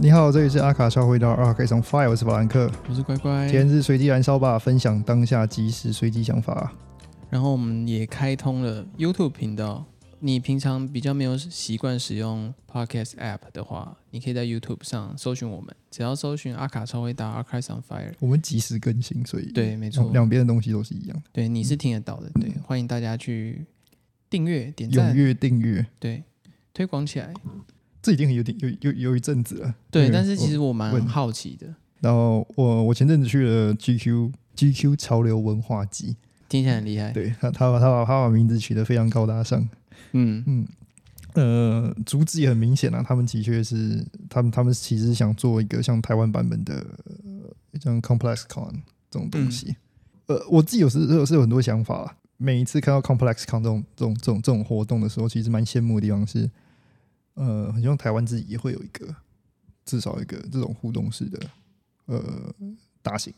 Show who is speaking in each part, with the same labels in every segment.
Speaker 1: 你好，这里是阿卡超回到阿卡上 Fire，我是法兰克。
Speaker 2: 我是乖乖
Speaker 1: 今。天是随机燃烧吧，分享当下即时随机想法。
Speaker 2: 嗯然后我们也开通了 YouTube 频道。你平常比较没有习惯使用 Podcast App 的话，你可以在 YouTube 上搜寻我们，只要搜寻阿卡超会打 Archives on Fire。
Speaker 1: 我们及时更新，所以
Speaker 2: 对，没错
Speaker 1: 两，两边的东西都是一样的。
Speaker 2: 对，你是听得到的。对，欢迎大家去订阅、点
Speaker 1: 嗯踊
Speaker 2: 赞，
Speaker 1: 跃订阅，
Speaker 2: 对，推广起来。
Speaker 1: 这已经有点有有有一阵子了。
Speaker 2: 对，
Speaker 1: 因为
Speaker 2: 但是其
Speaker 1: 我
Speaker 2: 实我蛮
Speaker 1: 问
Speaker 2: 好奇的，
Speaker 1: 然后我我前阵子去了 GQ GQ 潮流文化季，
Speaker 2: 听起来很厉害。
Speaker 1: 对他他把他把他把名字取得非常高大上。
Speaker 2: 嗯，
Speaker 1: 嗯，呃，主旨也很明显啊，他们的确是，他们他们其实想做一个像台湾版本的呃像 Complex Con 这种
Speaker 2: 嗯
Speaker 1: 东西。呃，我自己有时有是有很多想法啦。每一次看到 Complex Con 这种这种这种这种活动的时候，其实蛮羡慕的地方是，呃，很希望台湾自己也会有一个至少一个这种互动式的呃大型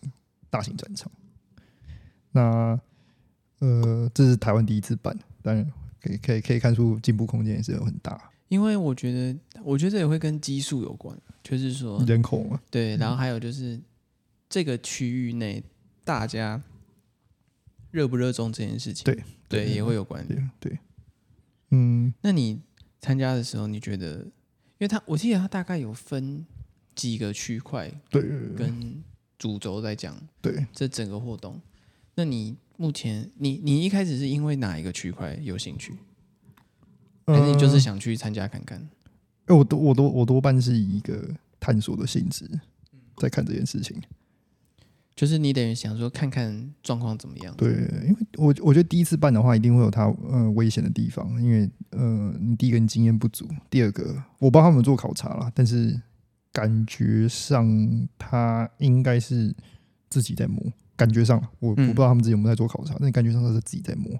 Speaker 1: 大型战场。那呃，这是台湾第一次办，当然可以可以可以看出进步空间也是有很大，
Speaker 2: 因为我觉得，我觉得这也会跟基数有关，就是说，
Speaker 1: 人口嘛，
Speaker 2: 对，
Speaker 1: 嗯
Speaker 2: 然后还有就是这个区域内大家热不热衷这件事情，
Speaker 1: 对
Speaker 2: 对
Speaker 1: 对
Speaker 2: 也会有关
Speaker 1: 对
Speaker 2: 联。
Speaker 1: 对，嗯，
Speaker 2: 那你参加的时候，你觉得，因为他我记得他大概有分几个区块
Speaker 1: 对对对
Speaker 2: 跟主轴在讲
Speaker 1: 对，
Speaker 2: 这整个活动，那你目前你你一开始是因为哪一个区块有兴趣，还是你就是
Speaker 1: 呃
Speaker 2: 想去参加看看？
Speaker 1: 因哎为我多我多我多半是以一个探索的性质在看这件事情，
Speaker 2: 就是你等于想说看看状况怎么样？
Speaker 1: 对，因为我我觉得第一次办的话，一定会有它呃危险的地方，因为呃你第一个你经验不足，第二个我帮他们做考察啦，但是感觉上他应该是自己在摸，感觉上我我不
Speaker 2: 嗯
Speaker 1: 知道他们自己有没有在做考察，但感觉上他是自己在摸。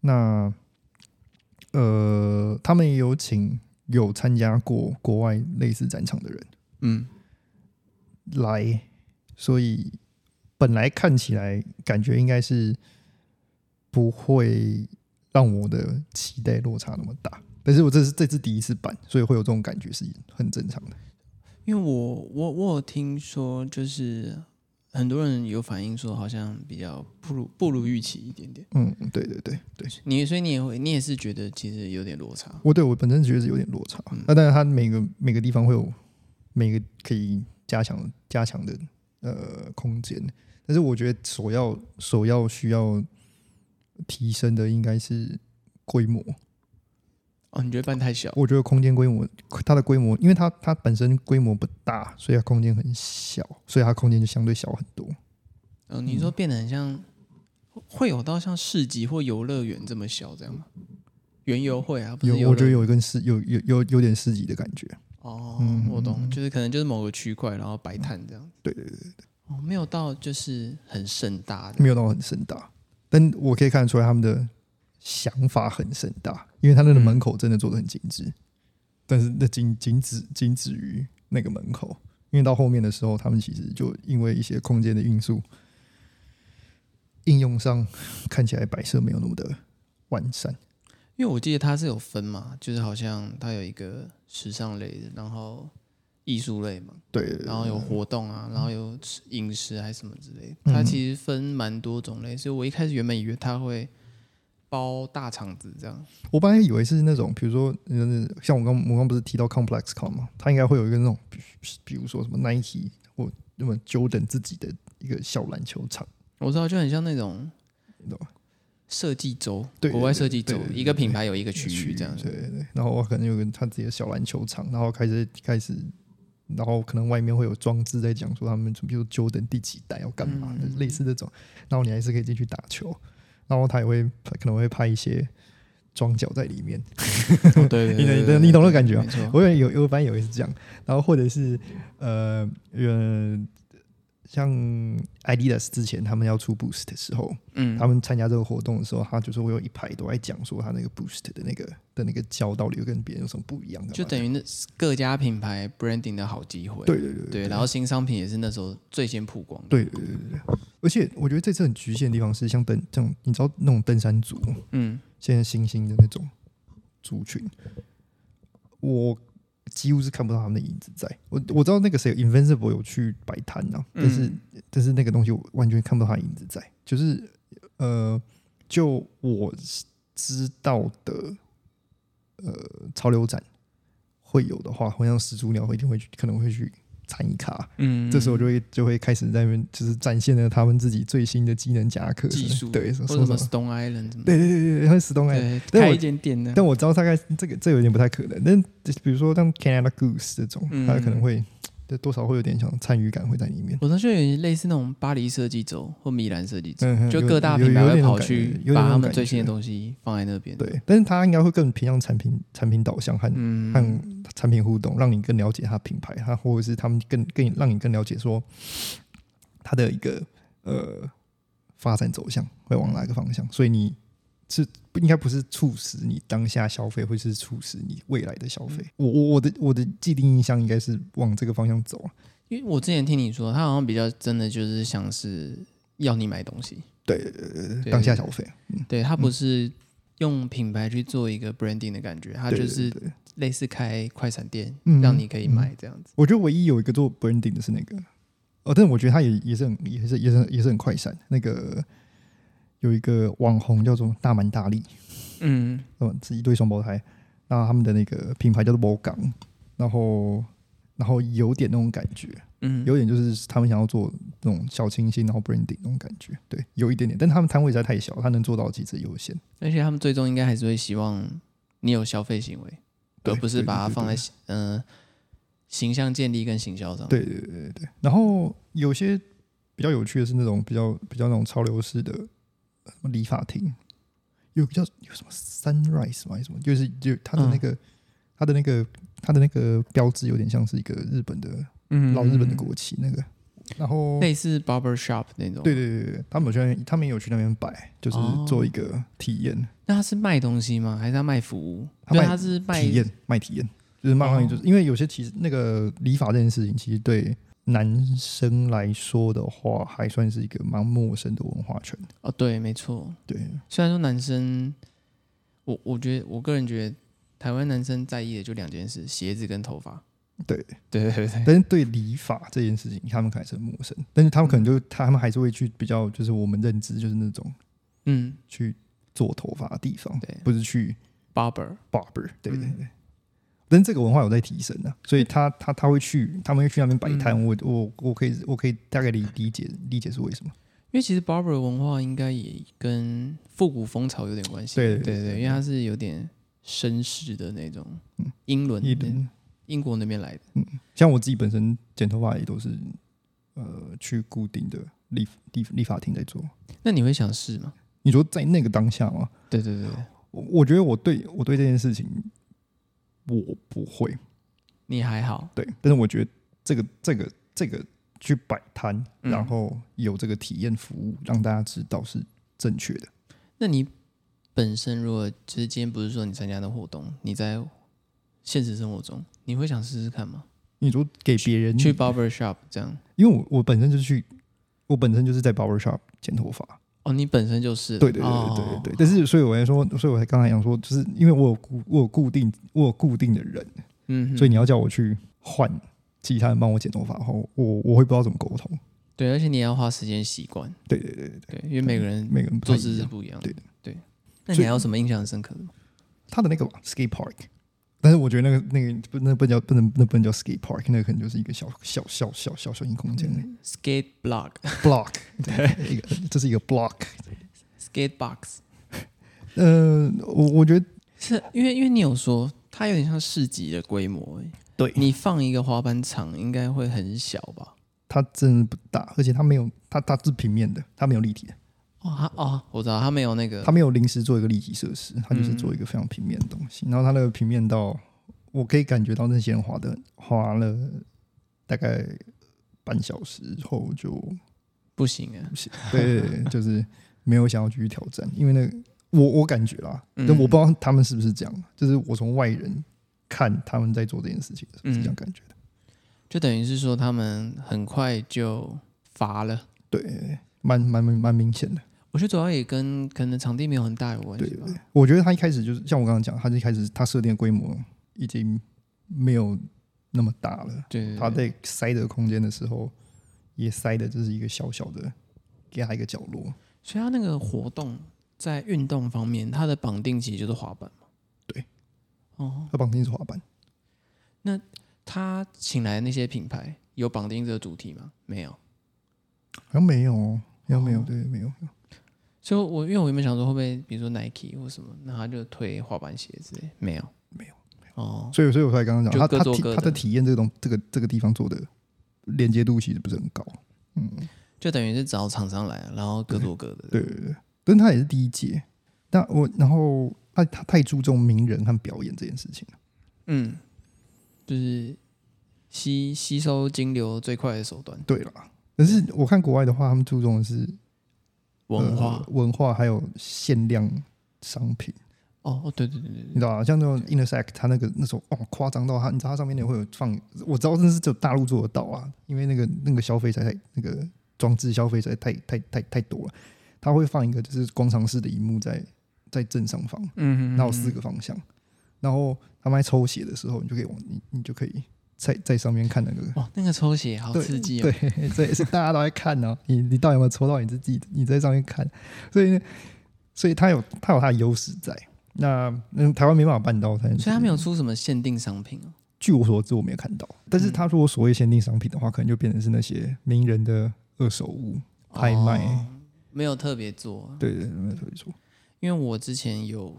Speaker 1: 那呃，他们也有请有参加过国外类似战场的人。
Speaker 2: 嗯，
Speaker 1: 来，所以本来看起来感觉应该是不会让我的期待落差那么大。但是我这是这次第一次办，所以会有这种感觉是很正常的。
Speaker 2: 因为我我我有听说，就是很多人有反映说，好像比较不如不如预期一点点。
Speaker 1: 嗯，对对对对，
Speaker 2: 你所以你也会你也是觉得其实有点落差。
Speaker 1: 我对我本身觉得是有点落差。
Speaker 2: 嗯
Speaker 1: 那当然，它每个每个地方会有每个可以加强加强的呃空间，但是我觉得首要首要需要提升的应该是规模。
Speaker 2: 哦，你觉得办太小？
Speaker 1: 我觉得空间规模，它的规模，因为它它本身规模不大，所以它空间很小，所以它空间就相对小很多。
Speaker 2: 嗯、你说变得很像，会有到像市集或游乐园这么小这样吗？园游会啊，不是
Speaker 1: 有，我觉得
Speaker 2: 有
Speaker 1: 有一根市有有有有点市集的感觉。
Speaker 2: 哦，
Speaker 1: 嗯
Speaker 2: 我懂，就是可能就是某个区块，然后摆摊这样。
Speaker 1: 对对对，
Speaker 2: 哦，没有到就是很盛大的。
Speaker 1: 没有到很盛大，但我可以看得出来他们的想法很盛大，因为他那个
Speaker 2: 嗯
Speaker 1: 门口真的做的很精致，但是那仅仅止仅止于那个门口，因为到后面的时候，他们其实就因为一些空间的因素，应用上看起来摆设没有那么的完善。
Speaker 2: 因为我记得它是有分嘛，就是好像它有一个时尚类的，然后艺术类嘛，
Speaker 1: 对，
Speaker 2: 然后有活动啊，然后有吃饮食还是什么之类的。
Speaker 1: 嗯
Speaker 2: 它其实分蛮多种类，所以我一开始原本以为它会包大场子这样。
Speaker 1: 我本来以为是那种，比如说，嗯，像我刚我刚不是提到 Complex Com 嘛，它应该会有一个那种，比比如说什么 Nike 或那么 Jordan 自己的一个小篮球场，
Speaker 2: 我知道，就很像那种
Speaker 1: 你懂吗？
Speaker 2: 设计周，
Speaker 1: 对
Speaker 2: 国外设计周
Speaker 1: 对对，对
Speaker 2: 一个品牌有一个区域这样
Speaker 1: 对
Speaker 2: 子。
Speaker 1: 对对。然后我可能有个他自己的小篮球场，然后开始开始，然后可能外面会有装置在讲说他们比如说 Jordan 第几代要干嘛的，
Speaker 2: 嗯
Speaker 1: 类似这种。然后你还是可以进去打球，然后他也会可能会拍一些装脚在里面，
Speaker 2: 哦对，对
Speaker 1: 你
Speaker 2: 对
Speaker 1: 懂
Speaker 2: 对
Speaker 1: 你懂那个感觉啊
Speaker 2: 没错。
Speaker 1: 我有有有班有一次这样，然后或者是呃呃，像 Adidas 之前他们要出 Boost 的时候，
Speaker 2: 嗯
Speaker 1: 他，们参加这个活动的时候，他就是会有一排都在讲说他那个 Boost 的那个的那个胶到底又跟别人有什么不一样的嘛，
Speaker 2: 就等于那各家品牌 branding 的好机会。
Speaker 1: 对对对
Speaker 2: 对，然后新商品也是那时候最先曝光的。
Speaker 1: 对对对对对。而且我觉得这次很局限的地方是，像登这种你知道那种登山族，
Speaker 2: 嗯，
Speaker 1: 现在新兴的那种族群，我几乎是看不到他们的影子在。我我知道那个谁 Invincible 有去摆摊啊，但是、
Speaker 2: 嗯
Speaker 1: 但是那个东西我完全看不到他的影子在。就是呃，就我知道的，呃，潮流展会有的话，好像始祖鸟会一定会去，可能会去参与卡。
Speaker 2: 嗯，
Speaker 1: 这时候就会就会开始在那边就是展现了他们自己最新的机能夹克
Speaker 2: 技术
Speaker 1: 对什
Speaker 2: 或
Speaker 1: 么什么
Speaker 2: 者什么
Speaker 1: 什么
Speaker 2: Stone Island 什么的，
Speaker 1: 对对对对，对他们石东哎，
Speaker 2: 对，
Speaker 1: 但我
Speaker 2: 开一间店呢，
Speaker 1: 但我知道大概这个这有点不太可能。但比如说像 Canada Goose 这种，
Speaker 2: 嗯
Speaker 1: 他可能会就多少会有点想参与感会在里面。
Speaker 2: 我倒觉得有点类似那种巴黎设计周或米兰设计周，
Speaker 1: 嗯，
Speaker 2: 就
Speaker 1: 有
Speaker 2: 各大品牌
Speaker 1: 有有
Speaker 2: 会
Speaker 1: 点那种
Speaker 2: 跑
Speaker 1: 感
Speaker 2: 去
Speaker 1: 觉有点
Speaker 2: 把
Speaker 1: 那
Speaker 2: 他
Speaker 1: 种
Speaker 2: 们
Speaker 1: 感
Speaker 2: 最新的
Speaker 1: 觉
Speaker 2: 东西放在那边。，
Speaker 1: 对，但是他应该会更偏向产品产品导向和、
Speaker 2: 嗯，
Speaker 1: 和产品互动，让你更了解他品牌，他或者是他们更更让你更了解说他的一个呃发展走向会往哪个方向，所以你。是不应该不是促使你当下消费，会是促使你未来的消费。
Speaker 2: 嗯
Speaker 1: 我我我的我的既定印象应该是往这个方向走啊
Speaker 2: 因为我之前听你说，他好像比较真的就是像是要你买东西，
Speaker 1: 对对对对
Speaker 2: 对
Speaker 1: 对，当下消费，啊
Speaker 2: 对他
Speaker 1: 嗯
Speaker 2: 不是用品牌去做一个 branding 的感觉，他
Speaker 1: 对
Speaker 2: 就
Speaker 1: 对
Speaker 2: 是
Speaker 1: 对对
Speaker 2: 类似开快闪店，
Speaker 1: 嗯
Speaker 2: 让你可以买这样子。
Speaker 1: 我觉得唯一有一个做 branding 的是那个，哦，但我觉得他也也是很也是也是也是很快闪。那个有一个网红叫做大蛮大力，
Speaker 2: 嗯，
Speaker 1: 嗯，是一对双胞胎，然后他们的那个品牌叫做某港，然后然后有点那种感觉，
Speaker 2: 嗯，
Speaker 1: 有点就是他们想要做那种小清新，然后 branding 那种感觉，对，有一点点，但他们摊位实在太小，他能做到其实有限。
Speaker 2: 而且他们最终应该还是会希望你有消费行为，而
Speaker 1: 对
Speaker 2: 不是
Speaker 1: 对对
Speaker 2: 把它
Speaker 1: 对
Speaker 2: 放在
Speaker 1: 对
Speaker 2: 嗯、呃形象建立跟行销上。
Speaker 1: 对对对对对。然后有些比较有趣的是那种比较比较那种潮流式的呃什么理发厅，有比较有什么 sunrise 吗？还是什么？就是就它
Speaker 2: 嗯
Speaker 1: 的那个、它的那个它的那个标志有点像是一个日本的
Speaker 2: 嗯
Speaker 1: 老日本的国旗那个。然后
Speaker 2: 类似 barber shop 那种。
Speaker 1: 对对，对对，他们有去他们也有去那边摆，就是
Speaker 2: 哦
Speaker 1: 做一个体验、
Speaker 2: 那他是卖东西吗？还是他卖服务？
Speaker 1: 他
Speaker 2: 对，
Speaker 1: 卖
Speaker 2: 他是卖哦
Speaker 1: 体验卖体验，就是慢慢就是、因为有些其实那个理发这件事情，其实对。男生来说的话，还算是一个蛮陌生的文化圈。
Speaker 2: 哦，对，没错。
Speaker 1: 对，
Speaker 2: 虽然说男生，我我觉得我个人觉得台湾男生在意的就两件事：鞋子跟头发。
Speaker 1: 对
Speaker 2: 对对对对，
Speaker 1: 但是对理发这件事情，他们还是很陌生。但是他们可能就他们还是会去比较，就是我们认知就是那种
Speaker 2: 嗯
Speaker 1: 去做头发的地方，
Speaker 2: 对
Speaker 1: 不是去
Speaker 2: ，barber，
Speaker 1: barber。对对
Speaker 2: 嗯
Speaker 1: 对。但这个文化有在提升啊，所以他他他会去，他们会去那边摆摊。
Speaker 2: 嗯
Speaker 1: 我我我可以我可以大概理理解理解是为什么。
Speaker 2: 因为其实 barber 文化应该也跟复古风潮有点关系。
Speaker 1: 对
Speaker 2: 对
Speaker 1: 对对
Speaker 2: 对，因为它是有点绅士的那种
Speaker 1: 嗯
Speaker 2: 英伦
Speaker 1: 一
Speaker 2: 那英国那边来的。
Speaker 1: 像我自己本身剪头发也都是呃去固定的理理理发厅在做。
Speaker 2: 那你会想试吗？
Speaker 1: 你说在那个当下吗？
Speaker 2: 对对对，对
Speaker 1: 我我觉得我对我对这件事情我不会，
Speaker 2: 你还好。
Speaker 1: 对，但是我觉得这个这个这个去摆摊，
Speaker 2: 嗯
Speaker 1: 然后有这个体验服务，让大家知道是正确的。
Speaker 2: 那你本身如果就是今天不是说你参加的活动，你在现实生活中，你会想试试看吗？
Speaker 1: 你说给别人
Speaker 2: 去 barber shop 这样？
Speaker 1: 因为我我本身就是去，我本身就是在 barber shop 剪头发。
Speaker 2: 哦，你本身就是哦了
Speaker 1: 对对对对对对对。但是所以我才说，所以我才刚才想说，就是因为我有固我有固定我有固定的人，
Speaker 2: 嗯哼，
Speaker 1: 所以你要叫我去换其他人帮我剪头发，然后我我会不知道怎么沟通。
Speaker 2: 对，而且你也要花时间习惯，
Speaker 1: 对对对对，
Speaker 2: 对，因为每个人
Speaker 1: 每个人不太
Speaker 2: 做事
Speaker 1: 一
Speaker 2: 是
Speaker 1: 样。
Speaker 2: 不一样的
Speaker 1: 对，
Speaker 2: 对。那你还有什么印象深刻的吗？
Speaker 1: 他的那个吧 skate park，但是我觉得那个那个不那不叫不能那不能叫 skate park，那个可能就是一个小小小小小小型空间、
Speaker 2: Skate block、
Speaker 1: block，对，一个这是一个 block。
Speaker 2: skate box，
Speaker 1: 呃，我我觉得
Speaker 2: 是因为因为你有说它有点像市集的规模、欸，
Speaker 1: 对
Speaker 2: 你放一个滑板场应该会很小吧？
Speaker 1: 它真的不大，而且它没有它它是平面的，它没有立体的，
Speaker 2: 哦，它哦，我知道它没有那个
Speaker 1: 它没有临时做一个立体设施，它就是做一个非常平面的东西。然后它那个平面到我可以感觉到那些人滑的滑了大概半小时后就
Speaker 2: 不行啊，
Speaker 1: 对对对，就是没有想要继续挑战，因为那个我我感觉啦，
Speaker 2: 嗯
Speaker 1: 但我不知道他们是不是这样，就是我从外人看他们在做这件事情的时候是这样感觉的。
Speaker 2: 就等于是说他们很快就乏了。
Speaker 1: 对，蛮蛮蛮蛮明显的。
Speaker 2: 我觉得主要也跟可能场地没有很大有关系
Speaker 1: 对
Speaker 2: 吧
Speaker 1: 对。对，我觉得他一开始就是像我刚刚讲，他一开始他设定的规模已经没有那么大了，
Speaker 2: 对对
Speaker 1: 它
Speaker 2: 对，
Speaker 1: 在塞的空间的时候，也塞的就是一个小小的，给它一个角落。
Speaker 2: 所以它那个活动在运动方面，它的绑定其实就是滑板嘛。
Speaker 1: 对，
Speaker 2: 哦，
Speaker 1: 它绑定是滑板，
Speaker 2: 他请来的那些品牌有绑定这个主题吗？没有。
Speaker 1: 好像没有，哦，好像没有，
Speaker 2: 哦
Speaker 1: 对，没有。
Speaker 2: 所以我，因为我原本想说会不会，比如说 Nike 或什么，那他就推滑板鞋之类，没有，
Speaker 1: 没有，
Speaker 2: 哦，
Speaker 1: 所以，所以我才刚刚
Speaker 2: 就
Speaker 1: 讲，它
Speaker 2: 各
Speaker 1: 它
Speaker 2: 做
Speaker 1: 体
Speaker 2: 各的
Speaker 1: 它的体验这个东这个这个地方做的连接度其实不是很高。
Speaker 2: 就等于是找厂商来，然后各做各的，
Speaker 1: 对对对，但他也是第一届。但我然后他他太注重名人和表演这件事情了。
Speaker 2: 嗯，就是吸吸收金流最快的手段，
Speaker 1: 对啦，但是我看国外的话，他们注重的是
Speaker 2: 文化
Speaker 1: 呃，文化还有限量商品，
Speaker 2: 哦哦，对对对对
Speaker 1: 你
Speaker 2: 对，
Speaker 1: 知道吧？像那种 i n t e r s e c 它那个那种哦，夸张到它，你知道它上面那会有放，我知道那是只有大陆做得到啊，因为那个那个消费才太那个装置消费才太太太太多了，它会放一个就是广场式的荧幕在在正上方。
Speaker 2: 嗯
Speaker 1: 然后有四个方向，然后他们在抽血的时候，你就可以往你你就可以在在上面看那个，
Speaker 2: 哇，那个抽血好
Speaker 1: 嗯对
Speaker 2: 刺激哦，
Speaker 1: 对，这也是大家都在看呢、你你到底有没有抽到你自己？你在上面看，所以所以它有它有它的优势在。那嗯，台湾没办法办到，但是
Speaker 2: 所以他没有出什么限定商品哦，
Speaker 1: 据我所知我没有看到。但是他如果所谓限定商品的话，可能就变成是那些名人的二手物拍卖。
Speaker 2: 哦没有特别做，啊
Speaker 1: 对对对，没有错没错。
Speaker 2: 因为我之前有，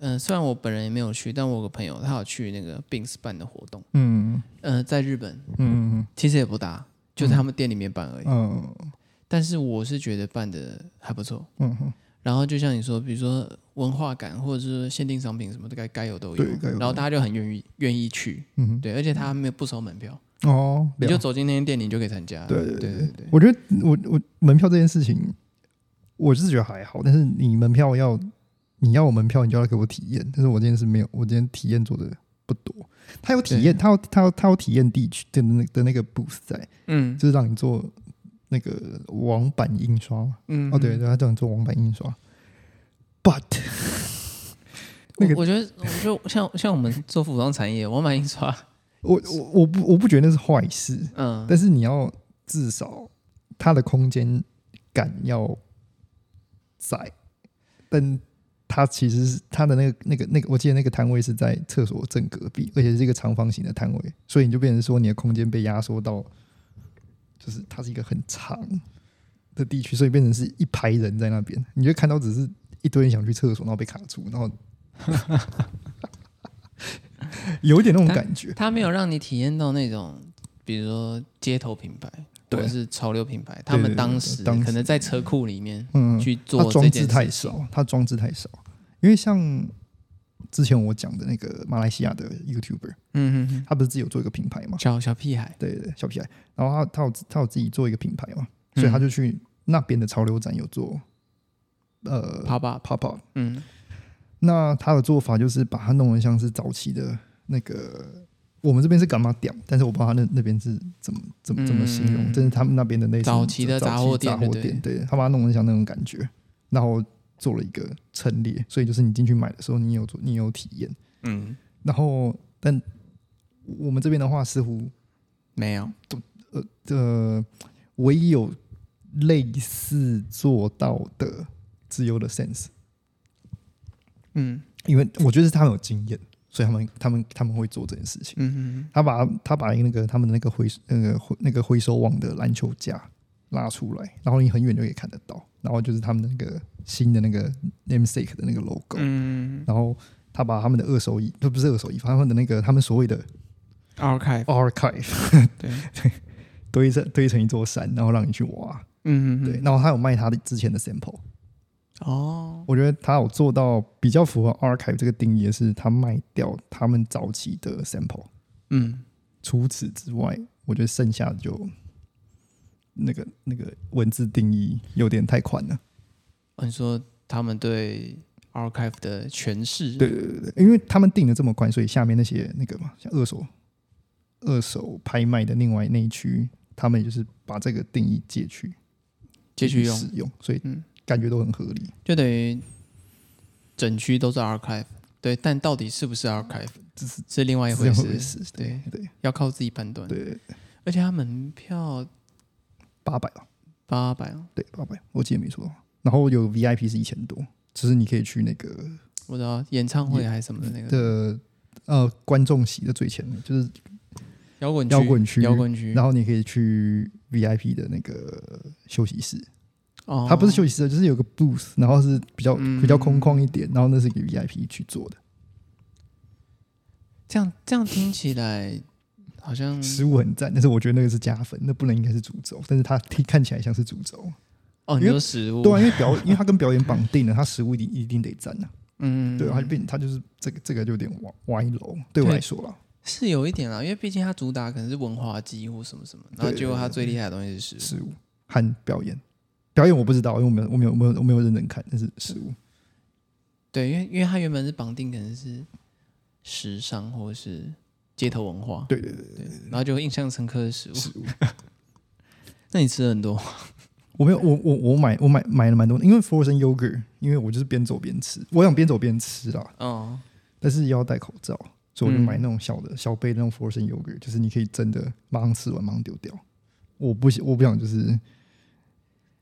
Speaker 2: 嗯、虽然我本人也没有去，但我有个朋友他有去那个 Bings 办的活动，
Speaker 1: 嗯
Speaker 2: 呃，在日本
Speaker 1: 嗯嗯
Speaker 2: 其实也不大，就在他们店里面办而已。
Speaker 1: 嗯
Speaker 2: 但是我是觉得办的还不错。
Speaker 1: 嗯嗯，
Speaker 2: 然后就像你说，比如说文化感或者是限定商品什么的，该该有都有
Speaker 1: 嗯对该有都。有
Speaker 2: 然后大家就很愿意愿意去，
Speaker 1: 嗯
Speaker 2: 对，而且他没有不收门票，
Speaker 1: 嗯哦，
Speaker 2: 你
Speaker 1: 了
Speaker 2: 就走进那间店，你就可以参加。
Speaker 1: 对
Speaker 2: 对
Speaker 1: 对
Speaker 2: 对对，
Speaker 1: 我觉得我我门票这件事情，我是觉得还好，但是你门票要你要我门票，你就要给我体验。但是我今天是没有，我今天体验做的不多。他有体验，他有他有他有体验地区的那的那个 booth 在，
Speaker 2: 嗯
Speaker 1: 就是让你做那个网版印刷嘛。
Speaker 2: 嗯
Speaker 1: 哦，对，对，他叫你做网版印刷。But 那个
Speaker 2: 我我觉得，我觉得像像我们做服装产业，我买印刷，
Speaker 1: 我我我不我不觉得那是坏事，
Speaker 2: 嗯，
Speaker 1: 但是你要至少它的空间感要在，但它其实是它的那个那个那个，我记得那个摊位是在厕所正隔壁，而且是一个长方形的摊位，所以你就变成说你的空间被压缩到，就是它是一个很长的地区，所以变成是一排人在那边，你就看到只是一堆人想去厕所，然后被卡住，然后 有一点那种感觉，
Speaker 2: 他没有让你体验到那种，比如说街头品牌或
Speaker 1: 对
Speaker 2: 者是潮流品牌，
Speaker 1: 对
Speaker 2: 他
Speaker 1: 对
Speaker 2: 们
Speaker 1: 对
Speaker 2: 当时
Speaker 1: 当时
Speaker 2: 可能在车库里面
Speaker 1: 嗯。
Speaker 2: 去
Speaker 1: 它
Speaker 2: 做这
Speaker 1: 装
Speaker 2: 件
Speaker 1: 置太
Speaker 2: 事情。
Speaker 1: 少，它装置太少。因为像之前我讲的那个马来西亚的 YouTuber，
Speaker 2: 嗯嗯嗯，
Speaker 1: 他不是自己有做一个品牌嘛？
Speaker 2: 小小屁孩，
Speaker 1: 对对对，小屁孩。然后他他有他有自己做一个品牌嘛，所
Speaker 2: 嗯
Speaker 1: 以他就去那边的潮流展有做呃
Speaker 2: 啪啪，
Speaker 1: pop up。
Speaker 2: 嗯，
Speaker 1: 那他的做法就是把它弄得像是早期的那个。我们这边是干嘛屌，但是我不知道他那那边是怎么怎么怎么形容，
Speaker 2: 嗯
Speaker 1: 但是他们那边的那种
Speaker 2: 早期的
Speaker 1: 早
Speaker 2: 杂货店
Speaker 1: 杂货
Speaker 2: 对
Speaker 1: 店，对他把它弄得像那种感觉，然后做了一个陈列，所以就是你进去买的时候，你有做你有体验，
Speaker 2: 嗯，
Speaker 1: 然后但我们这边的话，似乎
Speaker 2: 没有，
Speaker 1: 呃，唯一有类似做到的自由的 sense，
Speaker 2: 嗯
Speaker 1: 因为我觉得是他们有经验，所以他们他们他们会做这件事情。
Speaker 2: 嗯嗯
Speaker 1: 他把他把那个他们的那个回那个回那个回收网的篮球架拉出来，然后你很远就可以看得到，然后就是他们的那个新的那个 namesake 的那个 logo，、
Speaker 2: 嗯
Speaker 1: 然后他把他们的二手衣，不不是二手衣，他们的那个他们所谓的
Speaker 2: ，archive，
Speaker 1: archive
Speaker 2: 对，
Speaker 1: 堆成堆成一座山，然后让你去挖。
Speaker 2: 嗯嗯，
Speaker 1: 对，，然后他有卖他的之前的 sample，
Speaker 2: 哦，
Speaker 1: 我觉得他有做到比较符合 archive 这个定义，的是他卖掉他们早期的 sample。
Speaker 2: 嗯，
Speaker 1: 除此之外，我觉得剩下的就那个那个文字定义有点太宽了。
Speaker 2: 哦你说他们对 archive 的诠释，
Speaker 1: 对，对对对，因为他们定的这么宽，所以下面那些那个嘛，像二手二手拍卖的另外那一区，他们也就是把这个定义借去
Speaker 2: 继续用
Speaker 1: 使，用，所以
Speaker 2: 嗯
Speaker 1: 感觉都很合理。
Speaker 2: 就等于整区都是 archive，对，但到底是不是 archive
Speaker 1: 这是
Speaker 2: 是另外一
Speaker 1: 这
Speaker 2: 回
Speaker 1: 样会不会
Speaker 2: 事，
Speaker 1: 是
Speaker 2: 对，
Speaker 1: 对
Speaker 2: 要靠自己判断。
Speaker 1: 对，
Speaker 2: 而且它门票
Speaker 1: 八百了，
Speaker 2: 八百哦，
Speaker 1: 对八百，我记得没错。然后有 VIP 是一千多，只是你可以去那个
Speaker 2: 我知道演唱会还是什么的那个
Speaker 1: 的呃观众席的最前面，就是
Speaker 2: 摇滚
Speaker 1: 摇滚区
Speaker 2: 摇滚区，
Speaker 1: 然后你可以去 VIP 的那个休息室，
Speaker 2: 哦，
Speaker 1: 它不是休息室，就是有个 booth，然后是比较
Speaker 2: 嗯
Speaker 1: 比较空旷一点，然后那是给 VIP 去做的，
Speaker 2: 这样这样听起来好像
Speaker 1: 食物很赞，但是我觉得那个是加分，那不能应该是主轴，但是它听看起来像是主轴，
Speaker 2: 哦，
Speaker 1: 因
Speaker 2: 你
Speaker 1: 为
Speaker 2: 说食物
Speaker 1: 对啊，因为表因为它跟表演绑定了，它食物一定一定得赞啊，
Speaker 2: 嗯，
Speaker 1: 对啊，它就变它就是这个这个就有点歪歪楼，对我
Speaker 2: 对
Speaker 1: 来说啦，
Speaker 2: 是有一点啦，因为毕竟它主打可能是文化祭或什么什么，然后
Speaker 1: 对
Speaker 2: 结果它最厉害的东西是食物。
Speaker 1: 食物和表演，表演我不知道，因为我没有我没有我没有我没有认真看，但是食物
Speaker 2: 对，因为因为它原本是绑定可能是时尚或是街头文化，
Speaker 1: 对对对
Speaker 2: 对，然后就印象深刻的食物。
Speaker 1: 食物。
Speaker 2: 那你吃了很多，
Speaker 1: 我没有，我我我买我买买了蛮多的，因为 frozen yogurt，因为我就是边走边吃，我想边走边吃啦，
Speaker 2: 哦，
Speaker 1: 但是也要戴口罩，所以我就
Speaker 2: 嗯
Speaker 1: 买那种小的、小杯的那种 frozen yogurt，就是你可以真的马上吃完马上丢掉。我不喜我不想就是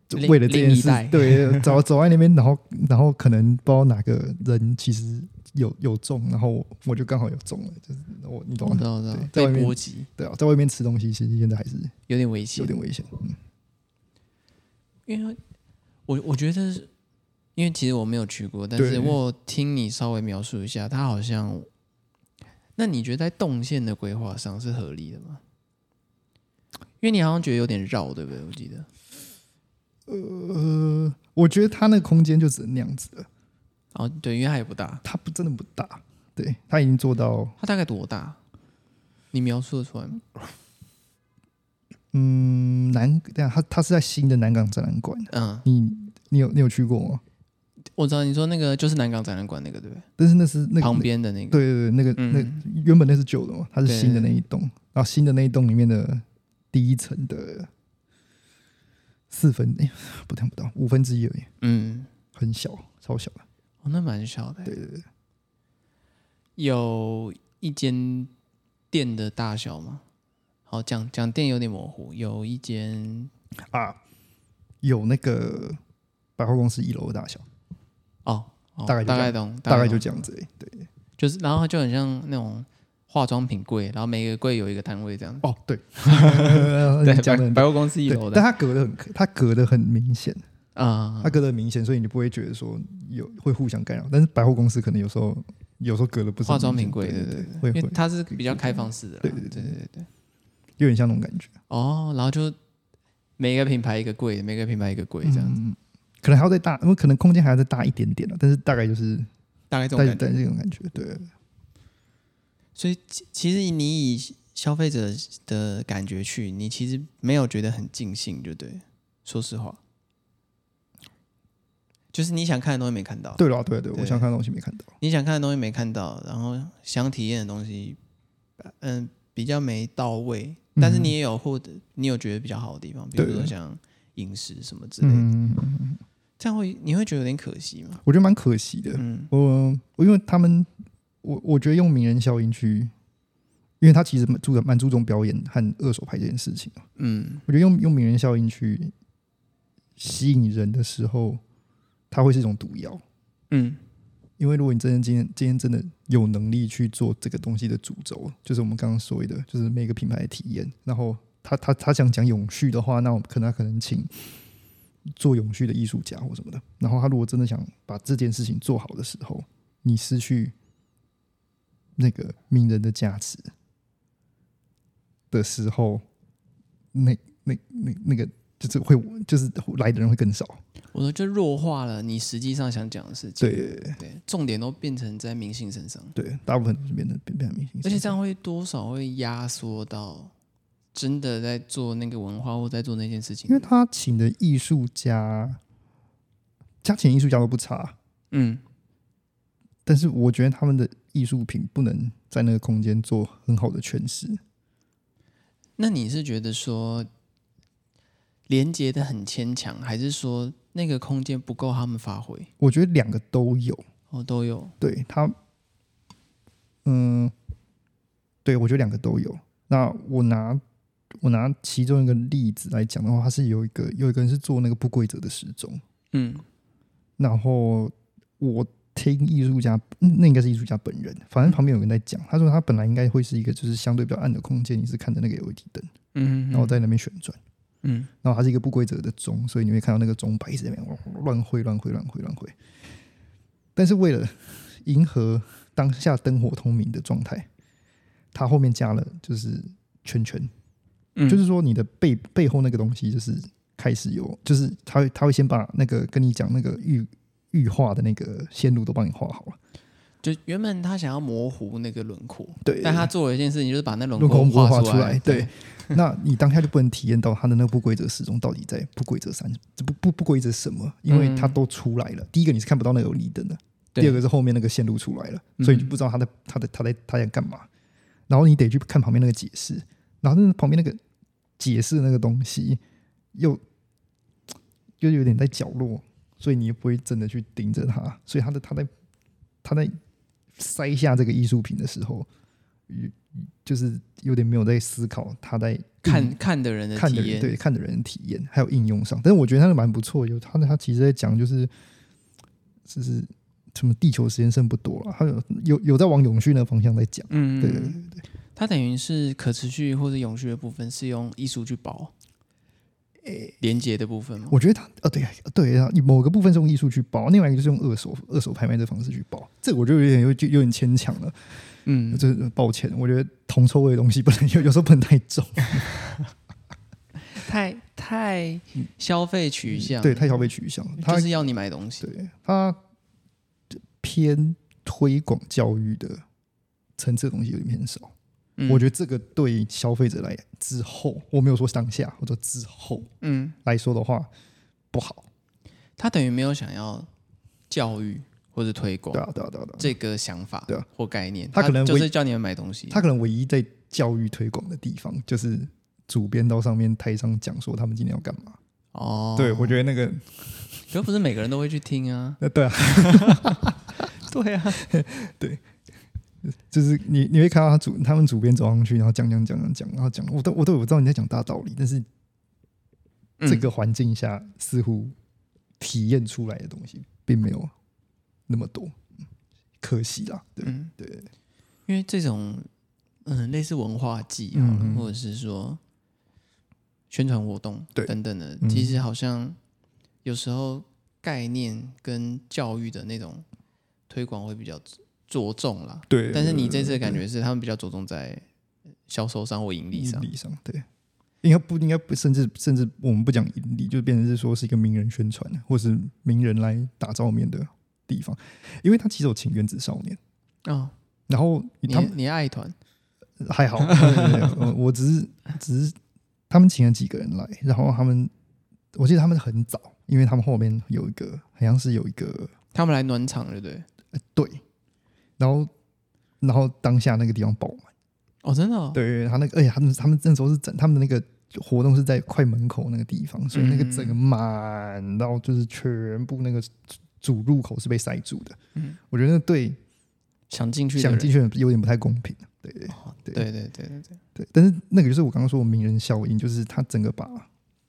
Speaker 1: 就
Speaker 2: 另
Speaker 1: 为了这件
Speaker 2: 另一
Speaker 1: 事
Speaker 2: 代，
Speaker 1: 对，走走在那边，然后然后可能不知道哪个人其实有有中，然后我我就刚好有中了，就是我你懂
Speaker 2: 我
Speaker 1: 吗
Speaker 2: 知？道，我知道
Speaker 1: 对，在
Speaker 2: 被
Speaker 1: 外面
Speaker 2: 波及
Speaker 1: 对啊，在外面吃东西其实现在还是
Speaker 2: 有点危险
Speaker 1: 有，点危险，嗯，
Speaker 2: 因为我我觉得是，因为其实我没有去过，但是
Speaker 1: 对
Speaker 2: 我有听你稍微描述一下，它好像，那你觉得在动线的规划上是合理的吗？因为你好像觉得有点绕，对不对？我记得
Speaker 1: 呃，我觉得它那个空间就只能那样子了。
Speaker 2: 哦，对，因为它也不大，
Speaker 1: 它不真的不大，对，它已经做到，
Speaker 2: 它大概多大？你描述得出来吗？
Speaker 1: 嗯，南，对啊，它它是在新的南港展览馆，
Speaker 2: 嗯，
Speaker 1: 你你有你有去过吗？
Speaker 2: 我知道你说那个就是南港展览馆那个，对不对？
Speaker 1: 但是那是那个
Speaker 2: 旁，边的那个，
Speaker 1: 对对对，那个、
Speaker 2: 嗯
Speaker 1: 那原本那是旧的嘛，它是
Speaker 2: 对
Speaker 1: 新的那一栋，然后新的那一栋里面的第一层的四分，哎、不对不到五分之一而已，
Speaker 2: 嗯，
Speaker 1: 很小，超小的，
Speaker 2: 哦，那蛮小的欸，
Speaker 1: 对对对，
Speaker 2: 有一间店的大小吗？好，讲讲店有点模糊。有一间
Speaker 1: 啊，有那个百货公司一楼的大小，
Speaker 2: 哦，哦
Speaker 1: 大概就
Speaker 2: 大
Speaker 1: 这
Speaker 2: 概
Speaker 1: 样
Speaker 2: 懂，
Speaker 1: 大概
Speaker 2: 懂
Speaker 1: 就这样子、哎对，
Speaker 2: 就是，然后它就很像那种化妆品柜，然后每个柜有一个摊位这样。
Speaker 1: 哦 对，呃
Speaker 2: 对，
Speaker 1: 哦讲的
Speaker 2: 百百货公司一
Speaker 1: 对，
Speaker 2: 楼的
Speaker 1: 但它隔得很，它隔得很明显，
Speaker 2: 啊
Speaker 1: 它，隔得很明显，所以你不会觉得说有会互相干扰。但是百货公司可能有时候有时候隔得不是
Speaker 2: 化
Speaker 1: 很
Speaker 2: 妆品
Speaker 1: 明
Speaker 2: 柜，
Speaker 1: 显
Speaker 2: 对
Speaker 1: 对
Speaker 2: 对
Speaker 1: 会
Speaker 2: 因为
Speaker 1: 会
Speaker 2: 它是比较开放式的啦，
Speaker 1: 对
Speaker 2: 对
Speaker 1: 对
Speaker 2: 对
Speaker 1: 对
Speaker 2: 对对。
Speaker 1: 有点像那种感觉，
Speaker 2: 哦，然后就每个品牌一个柜，每个品牌一个柜这样，
Speaker 1: 嗯，可能还要再大，因为可能空间还要再大一点点啊了，但是大概就是
Speaker 2: 大概这
Speaker 1: 大
Speaker 2: 种
Speaker 1: 概
Speaker 2: 感觉。哦
Speaker 1: 大概这种感觉，对
Speaker 2: 所以其其实你以消费者的感觉去，你其实没有觉得很尽兴，就对。说实话，就是你想看的东西没看到，
Speaker 1: 对了，对对，
Speaker 2: 对
Speaker 1: 我想看的东西没看到，
Speaker 2: 你想看的东西没看到，然后想体验的东西，呃嗯，比较没到位。
Speaker 1: 嗯
Speaker 2: 但是你也有获得，你有觉得比较好的地方，比如
Speaker 1: 对
Speaker 2: 说像饮食什么之类的，
Speaker 1: 嗯，
Speaker 2: 这样会你会觉得有点可惜吗？
Speaker 1: 我觉得蛮可惜的，
Speaker 2: 嗯
Speaker 1: 我我因为他们，我我觉得用名人效应去，因为他其实蛮注蛮注重表演和二手牌这件事情。
Speaker 2: 嗯
Speaker 1: 我觉得用用名人效应去吸引人的时候，它会是一种毒药。
Speaker 2: 嗯，
Speaker 1: 因为如果你真的今天今天真的有能力去做这个东西的主轴，就是我们刚刚说的，就是每个品牌的体验。然后他他他想讲永续的话，那我们可能他可能请做永续的艺术家或什么的。然后他如果真的想把这件事情做好的时候，你失去那个名人的价值的时候，那那那那个就是会就是来的人会更少。
Speaker 2: 我说就弱化了你实际上想讲的事情。
Speaker 1: 对
Speaker 2: 对，重点都变成在明星身上，
Speaker 1: 对，大部分都是变得变变成明星，
Speaker 2: 而且这样会多少会压缩到真的在做那个文化或在做那件事情
Speaker 1: 因为
Speaker 2: 的。
Speaker 1: 他请的艺术家，他请的艺术家都不差，
Speaker 2: 嗯，
Speaker 1: 但是我觉得他们的艺术品不能在那个空间做很好的诠释。
Speaker 2: 那你是觉得说连接的很牵强，还是说那个空间不够他们发挥？
Speaker 1: 我觉得两个都有，
Speaker 2: 哦，都有。
Speaker 1: 对他，嗯，对我觉得两个都有。那我拿我拿其中一个例子来讲的话，它是有一个有一个人是做那个不规则的时钟，
Speaker 2: 嗯
Speaker 1: 然后我听艺术家，嗯那应该是艺术家本人，反正旁边有人在讲，他说他本来应该会是一个就是相对比较暗的空间，你是看着那个 LED 灯，
Speaker 2: 嗯，
Speaker 1: 然后在那边旋转，
Speaker 2: 嗯
Speaker 1: 然后它是一个不规则的钟，所以你会看到那个钟摆一直在那边嗡嗡嗡乱挥乱挥乱挥乱挥，但是为了迎合当下灯火通明的状态，它后面加了就是圈圈，
Speaker 2: 嗯，
Speaker 1: 就是说你的背背后那个东西，就是开始有，就是他会他会先把那个跟你讲那个预预画的那个线路都帮你画好了，
Speaker 2: 就原本他想要模糊那个轮廓，
Speaker 1: 对
Speaker 2: 但他做了一件事情，就是把那轮
Speaker 1: 轮廓
Speaker 2: 廓
Speaker 1: 画
Speaker 2: 出
Speaker 1: 来，对，，那你当下就不能体验到它的那个不规则时钟到底在不规则三不不不规则什么，因
Speaker 2: 嗯
Speaker 1: 为它都出来了。第一个你是看不到那个有离灯的，
Speaker 2: 对嗯
Speaker 1: 第二个是后面那个线路出来了，所以你就不知道他在他在他在他在干嘛。然后你得去看旁边那个解释，然后那旁边那个解释的那个东西又又有点在角落，所以你也不会真的去盯着它。所以他的他在他在塞下这个艺术品的时候，就是有点没有在思考他在
Speaker 2: 看看的人
Speaker 1: 嗯
Speaker 2: 的
Speaker 1: 看
Speaker 2: 体
Speaker 1: 的
Speaker 2: 验，
Speaker 1: 人对看的人的体验，还有应用上。但是我觉得他的蛮不错，有他的他其实在讲就是就是什么地球时间剩不多了，他有有有在往永续那个方向在讲。
Speaker 2: 嗯，
Speaker 1: 对对对对，
Speaker 2: 它等于是可持续或者永续的部分是用艺术去包，连接的部分吗？
Speaker 1: 我觉得他呃对啊对啊，某个部分是用艺术去包，另外一个就是用二手二手拍卖的方式去包，这个我就有点有就有点牵强了，
Speaker 2: 嗯，
Speaker 1: 这呃抱歉，我觉得铜臭味的东西不能有有时候不能太重，
Speaker 2: 太太消费取向，
Speaker 1: 对，太消费取向了，他
Speaker 2: 嗯就是要你买东西，
Speaker 1: 对他偏推广教育的层次的东西有点偏少。
Speaker 2: 嗯
Speaker 1: 我觉得这个对消费者来之后，我没有说当下，我说之后
Speaker 2: 嗯，
Speaker 1: 来说的话不好。
Speaker 2: 他等于没有想要教育或者推广
Speaker 1: 对啊，对啊，对啊，对啊。
Speaker 2: 这个想法，
Speaker 1: 对啊
Speaker 2: 或概念，
Speaker 1: 他可能
Speaker 2: 就
Speaker 1: 唯
Speaker 2: 是叫你们买东西，
Speaker 1: 他可能唯一在教育推广的地方，就是主编到上面台上讲说他们今天要干嘛。
Speaker 2: 哦，
Speaker 1: 对，我觉得那个，
Speaker 2: 可不是每个人都会去听啊，
Speaker 1: 呃，对啊，
Speaker 2: 对啊，
Speaker 1: 就是你你会看到他主他们主编走上去，然后讲讲讲讲讲，然后讲，我都我都我知道你在讲大道理，但是这个环境下似乎体验出来的东西并没有那么多，嗯可惜啦。对，
Speaker 2: 嗯，对，因为这种嗯类似文化祭好了，
Speaker 1: 嗯嗯
Speaker 2: 或者是说宣传活动
Speaker 1: 对
Speaker 2: 等等的，
Speaker 1: 嗯
Speaker 2: 其实好像有时候概念跟教育的那种推广会比较着重啦。
Speaker 1: 对
Speaker 2: 但是你这
Speaker 1: 对
Speaker 2: 次的感觉是他们比较着重在销售上或盈利上，
Speaker 1: 理上对，应该不应该不，甚至甚至我们不讲盈利，就变成是说是一个名人宣传，或是名人来打照面的地方，因为他其实有请原子少年，
Speaker 2: 哦，
Speaker 1: 然后
Speaker 2: 你
Speaker 1: 他们
Speaker 2: 你爱团，
Speaker 1: 还好，对对对我我只是只是他们请了几个人来，然后他们我记得他们很早，因为他们后面有一个好像是有一个
Speaker 2: 他们来暖场，对不对？
Speaker 1: 对，然后然后当下那个地方爆满，
Speaker 2: 哦，真的、哦，
Speaker 1: 对他那个，而且他们他们那时候是整他们的那个活动是在快门口那个地方，所以那个整个满到就是全部那个主入口是被塞住的。
Speaker 2: 嗯
Speaker 1: 我觉得那对
Speaker 2: 想进去的
Speaker 1: 想
Speaker 2: 人，
Speaker 1: 进去的人有点不太公平。对对
Speaker 2: 哦
Speaker 1: 对
Speaker 2: 对对对对对，
Speaker 1: 对，但是那个就是我刚刚说的名人效应，就是他整个把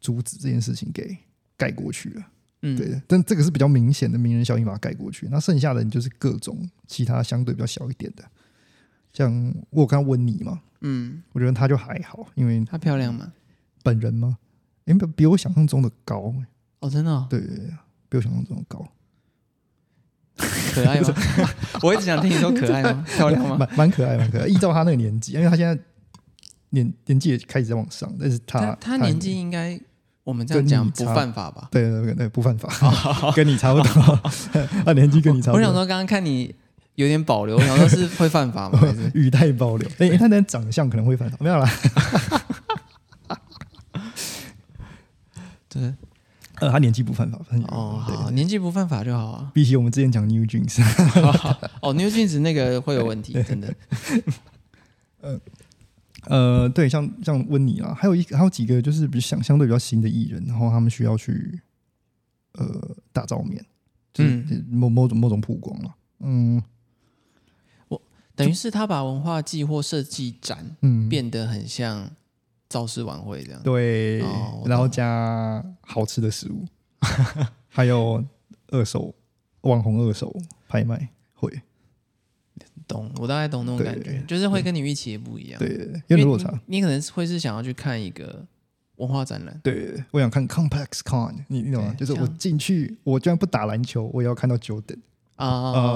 Speaker 1: 阻止这件事情给盖过去了。
Speaker 2: 嗯，
Speaker 1: 对，但这个是比较明显的名人效应把它盖过去，那剩下的你就是各种其他相对比较小一点的，像我有看到温妮嘛，
Speaker 2: 嗯，
Speaker 1: 我觉得他就还好，因为
Speaker 2: 她漂亮吗？
Speaker 1: 嗯本人吗？哎、比比我想象中的高、欸
Speaker 2: 哦，真的、哦，
Speaker 1: 对对对，比我想象中的高，
Speaker 2: 可爱吗？ 我一直想听你说可 爱吗？漂亮吗？
Speaker 1: 蛮蛮可爱，蛮可爱。依照他那个年纪，因为他现在年年纪也开始在往上，但是
Speaker 2: 他
Speaker 1: 他
Speaker 2: 他年纪应该我们这样讲不犯法吧？
Speaker 1: 对对对对不犯
Speaker 2: 哦
Speaker 1: 法， 跟你差不 多，他年纪跟你差不
Speaker 2: 我 想
Speaker 1: 多。
Speaker 2: 说，刚刚看你有点保留，我想说是会犯法 吗？还是
Speaker 1: 语带保留，哎、他的长相可能会犯法，没有啦。
Speaker 2: 对
Speaker 1: 呃，他年纪不犯法，犯
Speaker 2: 哦，
Speaker 1: 对
Speaker 2: 好，年纪不犯法就好 啊。
Speaker 1: 比起我们之前讲 New Jeans，
Speaker 2: 哦，New Jeans 那个会有问题，真的。
Speaker 1: 呃，对，像像温妮啦，啊还有一还有几个就是比相相对比较新的艺人，然后他们需要去呃打照面，就是
Speaker 2: 嗯
Speaker 1: 某某种某种曝光了。嗯，
Speaker 2: 等于是他把文化季或设计展
Speaker 1: 嗯，
Speaker 2: 变得很像造势晚会这样。
Speaker 1: 对，
Speaker 2: 哦我
Speaker 1: 然后
Speaker 2: 懂
Speaker 1: 加好吃的食物， 还有二手网红二手拍卖会，
Speaker 2: 懂，我大概懂那种感觉
Speaker 1: 对，
Speaker 2: 就是会跟你预期也不一样。
Speaker 1: 对，对对有点落差。
Speaker 2: 你。你可能是会是想要去看一个文化展览，
Speaker 1: 对，对对我想看 Complex Con，你你懂吗？
Speaker 2: 对
Speaker 1: 就是我
Speaker 2: 像
Speaker 1: 进去，我居然不打篮球，我也要看到九等
Speaker 2: 啊、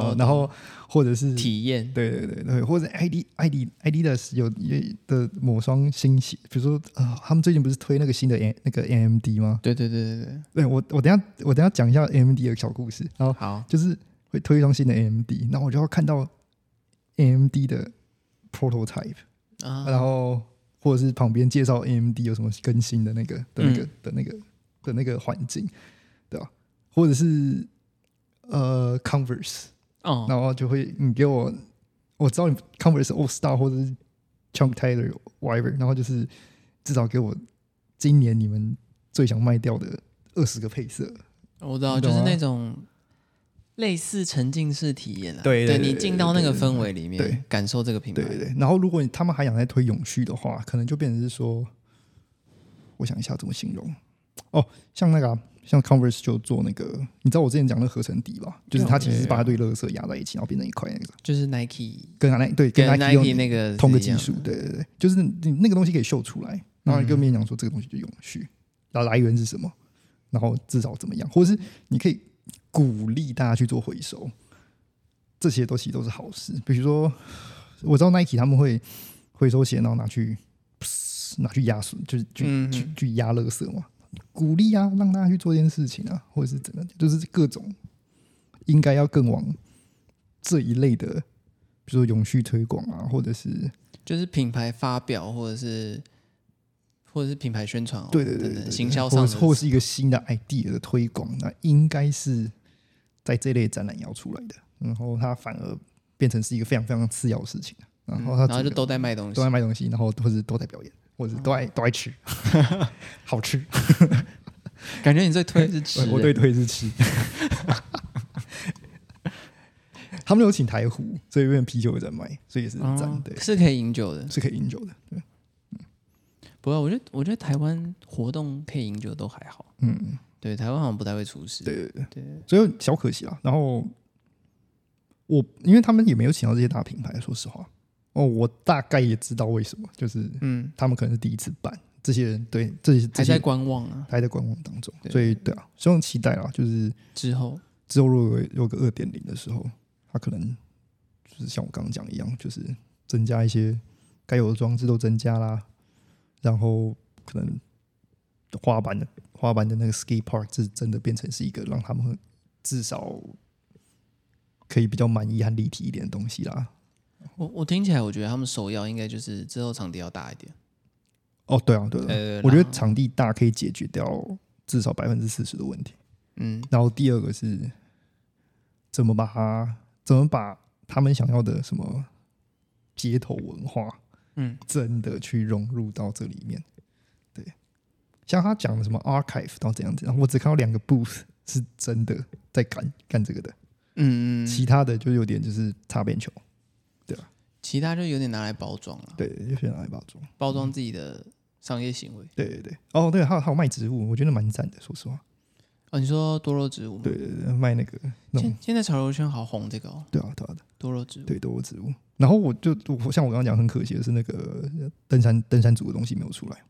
Speaker 1: 呃，然后或者是
Speaker 2: 体验，
Speaker 1: 对对对对，或者 ID ID Adidas 有也的某双新鞋，比如说呃，他们最近不是推那个新的 A, 那个 AMD 吗？
Speaker 2: 对对对对对，
Speaker 1: 对我我等一下我等一下讲一下 AMD 的小故事，然后
Speaker 2: 好，
Speaker 1: 就是会推一双新的 AMD，然后我就要看到 AMD 的 prototype，、
Speaker 2: 啊、
Speaker 1: 然后或者是旁边介绍 AMD 有什么更新的那个的那个、
Speaker 2: 嗯
Speaker 1: 的那个的那个环境，对吧、或者是呃 Converse。
Speaker 2: 哦，
Speaker 1: 然后就会你给我，我知道你 Converse All Star 或者是 Chunk Taylor whatever，然后就是至少给我今年你们最想卖掉的二十个配色。
Speaker 2: 我知道，
Speaker 1: 你
Speaker 2: 就
Speaker 1: 懂
Speaker 2: 是
Speaker 1: 吗
Speaker 2: 那种类似沉浸式体验啊，
Speaker 1: 对对对
Speaker 2: 你进到那个氛围里
Speaker 1: 对对
Speaker 2: 面，感受这个品牌，
Speaker 1: 对对对。然后如果你他们还想再推永续的话，可能就变成是说，我想一下怎么形容。哦，像那个啊、像 Converse 就做那个，你知道我之前讲的合成底吧？就是它其实是把它对垃圾压在一起，然后变成一块那个，
Speaker 2: 就是 Nike
Speaker 1: 跟那对
Speaker 2: 跟
Speaker 1: 跟 Nike 用
Speaker 2: Nike 那个
Speaker 1: 同个
Speaker 2: 是一
Speaker 1: 技
Speaker 2: 样
Speaker 1: 术，对对对，就是你那个东西可以秀出来，然后你跟别人讲说这个东西就永续，然后来源是什么，然后至少怎么样，或者是你可以鼓励大家去做回收，这些都其实都是好事。比如说，我知道 Nike 他们会回收鞋，然后拿去拿去压缩，就是去、
Speaker 2: 嗯
Speaker 1: 去去压垃圾嘛，鼓励啊，让大家去做这件事情啊，或者是怎么样，就是各种应该要更往这一类的。比如说永续推广啊，或者是
Speaker 2: 就是品牌发表或者是或者是品牌宣传、哦，
Speaker 1: 对对对
Speaker 2: 等
Speaker 1: 对
Speaker 2: 等
Speaker 1: 对，
Speaker 2: 行销
Speaker 1: 或
Speaker 2: 上
Speaker 1: 是或
Speaker 2: 的
Speaker 1: 是一个新的 idea 的推广，那应该是在这类展览要出来的。然后它反而变成是一个非常非常次要的事情。啊然
Speaker 2: 嗯，
Speaker 1: 后它哦
Speaker 2: 然后就
Speaker 1: 整个啊
Speaker 2: 都在卖东西
Speaker 1: 都，在卖东西，然后或者都在表演，或者都爱都爱吃， 好吃。
Speaker 2: 感觉你最推是吃、
Speaker 1: 我我对推是 吃。他们有请台壶，所以变成啤酒也在卖，所以也是很赞，
Speaker 2: 哦
Speaker 1: 对，
Speaker 2: 是可以饮酒的。
Speaker 1: 是可以饮酒的。对，
Speaker 2: 不过我觉得，我觉得台湾活动可以饮酒都还好。
Speaker 1: 嗯，
Speaker 2: 对，台湾好像不太会出事。
Speaker 1: 对对对。
Speaker 2: 对，
Speaker 1: 所以小可惜啊。然后我因为他们也没有请到这些大品牌，说实话，哦，我大概也知道为什么，就是
Speaker 2: 嗯，
Speaker 1: 他们可能是第一次办，这些人对这些这
Speaker 2: 还
Speaker 1: 些
Speaker 2: 在观望啊。
Speaker 1: 还在观望当中，
Speaker 2: 对
Speaker 1: 所以对啊，希望期待啊，就是
Speaker 2: 之后，
Speaker 1: 之后如果有有个二点零的时候，它可能就是像我刚刚讲一样，就是增加一些该有的装置都增加啦，然后可能花板的花板的那个 ski park 是真的变成是一个让他们至少可以比较满意和立体一点的东西啦。
Speaker 2: 我我听起来，我觉得他们首要应该就是之后场地要大一点。
Speaker 1: 哦，对啊，对啊，对啊
Speaker 2: 呃，
Speaker 1: 我觉
Speaker 2: 然
Speaker 1: 得
Speaker 2: 后
Speaker 1: 场地大可以解决掉至少百分之四十的问题。
Speaker 2: 嗯，
Speaker 1: 然后第二个是怎么把它，怎么把他们想要的什么街头文化，
Speaker 2: 嗯，
Speaker 1: 真的去融入到这里面。对，像他讲的什么 archive 到怎样怎样，我只看到两个 booth 是真的在干干这个的，
Speaker 2: 嗯嗯，
Speaker 1: 其
Speaker 2: 其
Speaker 1: 他的就有点就是擦边球。
Speaker 2: 其他就有点拿来包装了，
Speaker 1: 对，就先拿来包装。
Speaker 2: 包装自己的商业行为。
Speaker 1: 对对对，哦对，还有还有卖植物，我觉得蛮赞的，说实话。
Speaker 2: 哦，你说多肉植物吗？
Speaker 1: 对对对，卖那个那种
Speaker 2: 现，现在潮流圈好红这个哦，
Speaker 1: 对啊对啊，
Speaker 2: 多肉植物。
Speaker 1: 对，多肉植物。然后我就我像我刚刚讲，很可惜的是那个呃登山登山组的东西没有出来，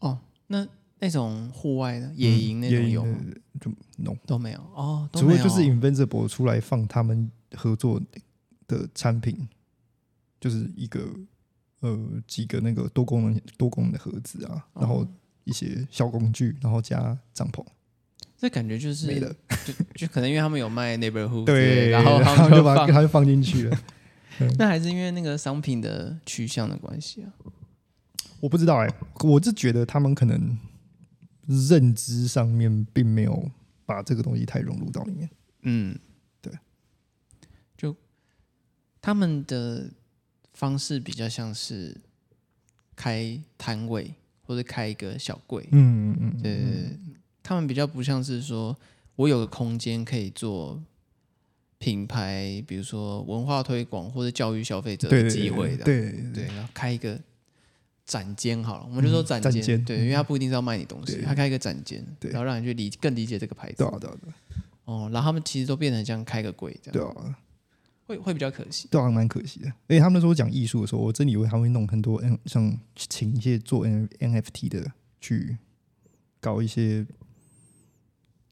Speaker 2: 哦，那那种户外的嗯
Speaker 1: 嗯
Speaker 2: 野营那种
Speaker 1: 也
Speaker 2: 有吗
Speaker 1: 呃就 no，
Speaker 2: 都没有哦，都
Speaker 1: 除
Speaker 2: 没
Speaker 1: 非
Speaker 2: 有
Speaker 1: 就是 Invincible 出来放他们合作的产品，就是一个呃几个那个多功能多功能的盒子啊，然后
Speaker 2: 哦
Speaker 1: 一些小工具，然后加帐篷，
Speaker 2: 这感觉就是
Speaker 1: 没了。
Speaker 2: 就就可能因为他们有卖 neighborhood，之类
Speaker 1: 对，
Speaker 2: 的然后
Speaker 1: 然
Speaker 2: 他
Speaker 1: 后
Speaker 2: 们就
Speaker 1: 就把
Speaker 2: 放，
Speaker 1: 它就放进去 了。
Speaker 2: 那还是因为那个商品的取向的关系啊。
Speaker 1: 我不知道哎、我是觉得他们可能认知上面并没有把这个东西太融入到里面。
Speaker 2: 嗯，
Speaker 1: 对，
Speaker 2: 就他们的方式比较像是开摊位或者开一个小柜，
Speaker 1: 嗯嗯
Speaker 2: 对对对，他们比较不像是说我有个空间可以做品牌，比如说文化推广或者教育消费者
Speaker 1: 对
Speaker 2: 的
Speaker 1: 对
Speaker 2: 机会的。
Speaker 1: 对对
Speaker 2: 对，然后开一个展间好了，我们就说
Speaker 1: 嗯
Speaker 2: 展
Speaker 1: 展
Speaker 2: 间，
Speaker 1: 间
Speaker 2: 对，因为它不一定是要卖你东西，
Speaker 1: 对
Speaker 2: 它开一个展间，
Speaker 1: 对
Speaker 2: 然后让你去理更理解这个牌
Speaker 1: 对
Speaker 2: 子。
Speaker 1: 啊对啊对啊
Speaker 2: 哦，然后他们其实都变成像开个柜这样，
Speaker 1: 对啊，
Speaker 2: 会会比较可惜。
Speaker 1: 对啊，蛮可惜的。而且他们那时候讲艺术的时候，我真的以为他们会弄很多 N 像请一些做 N NFT 的去搞一些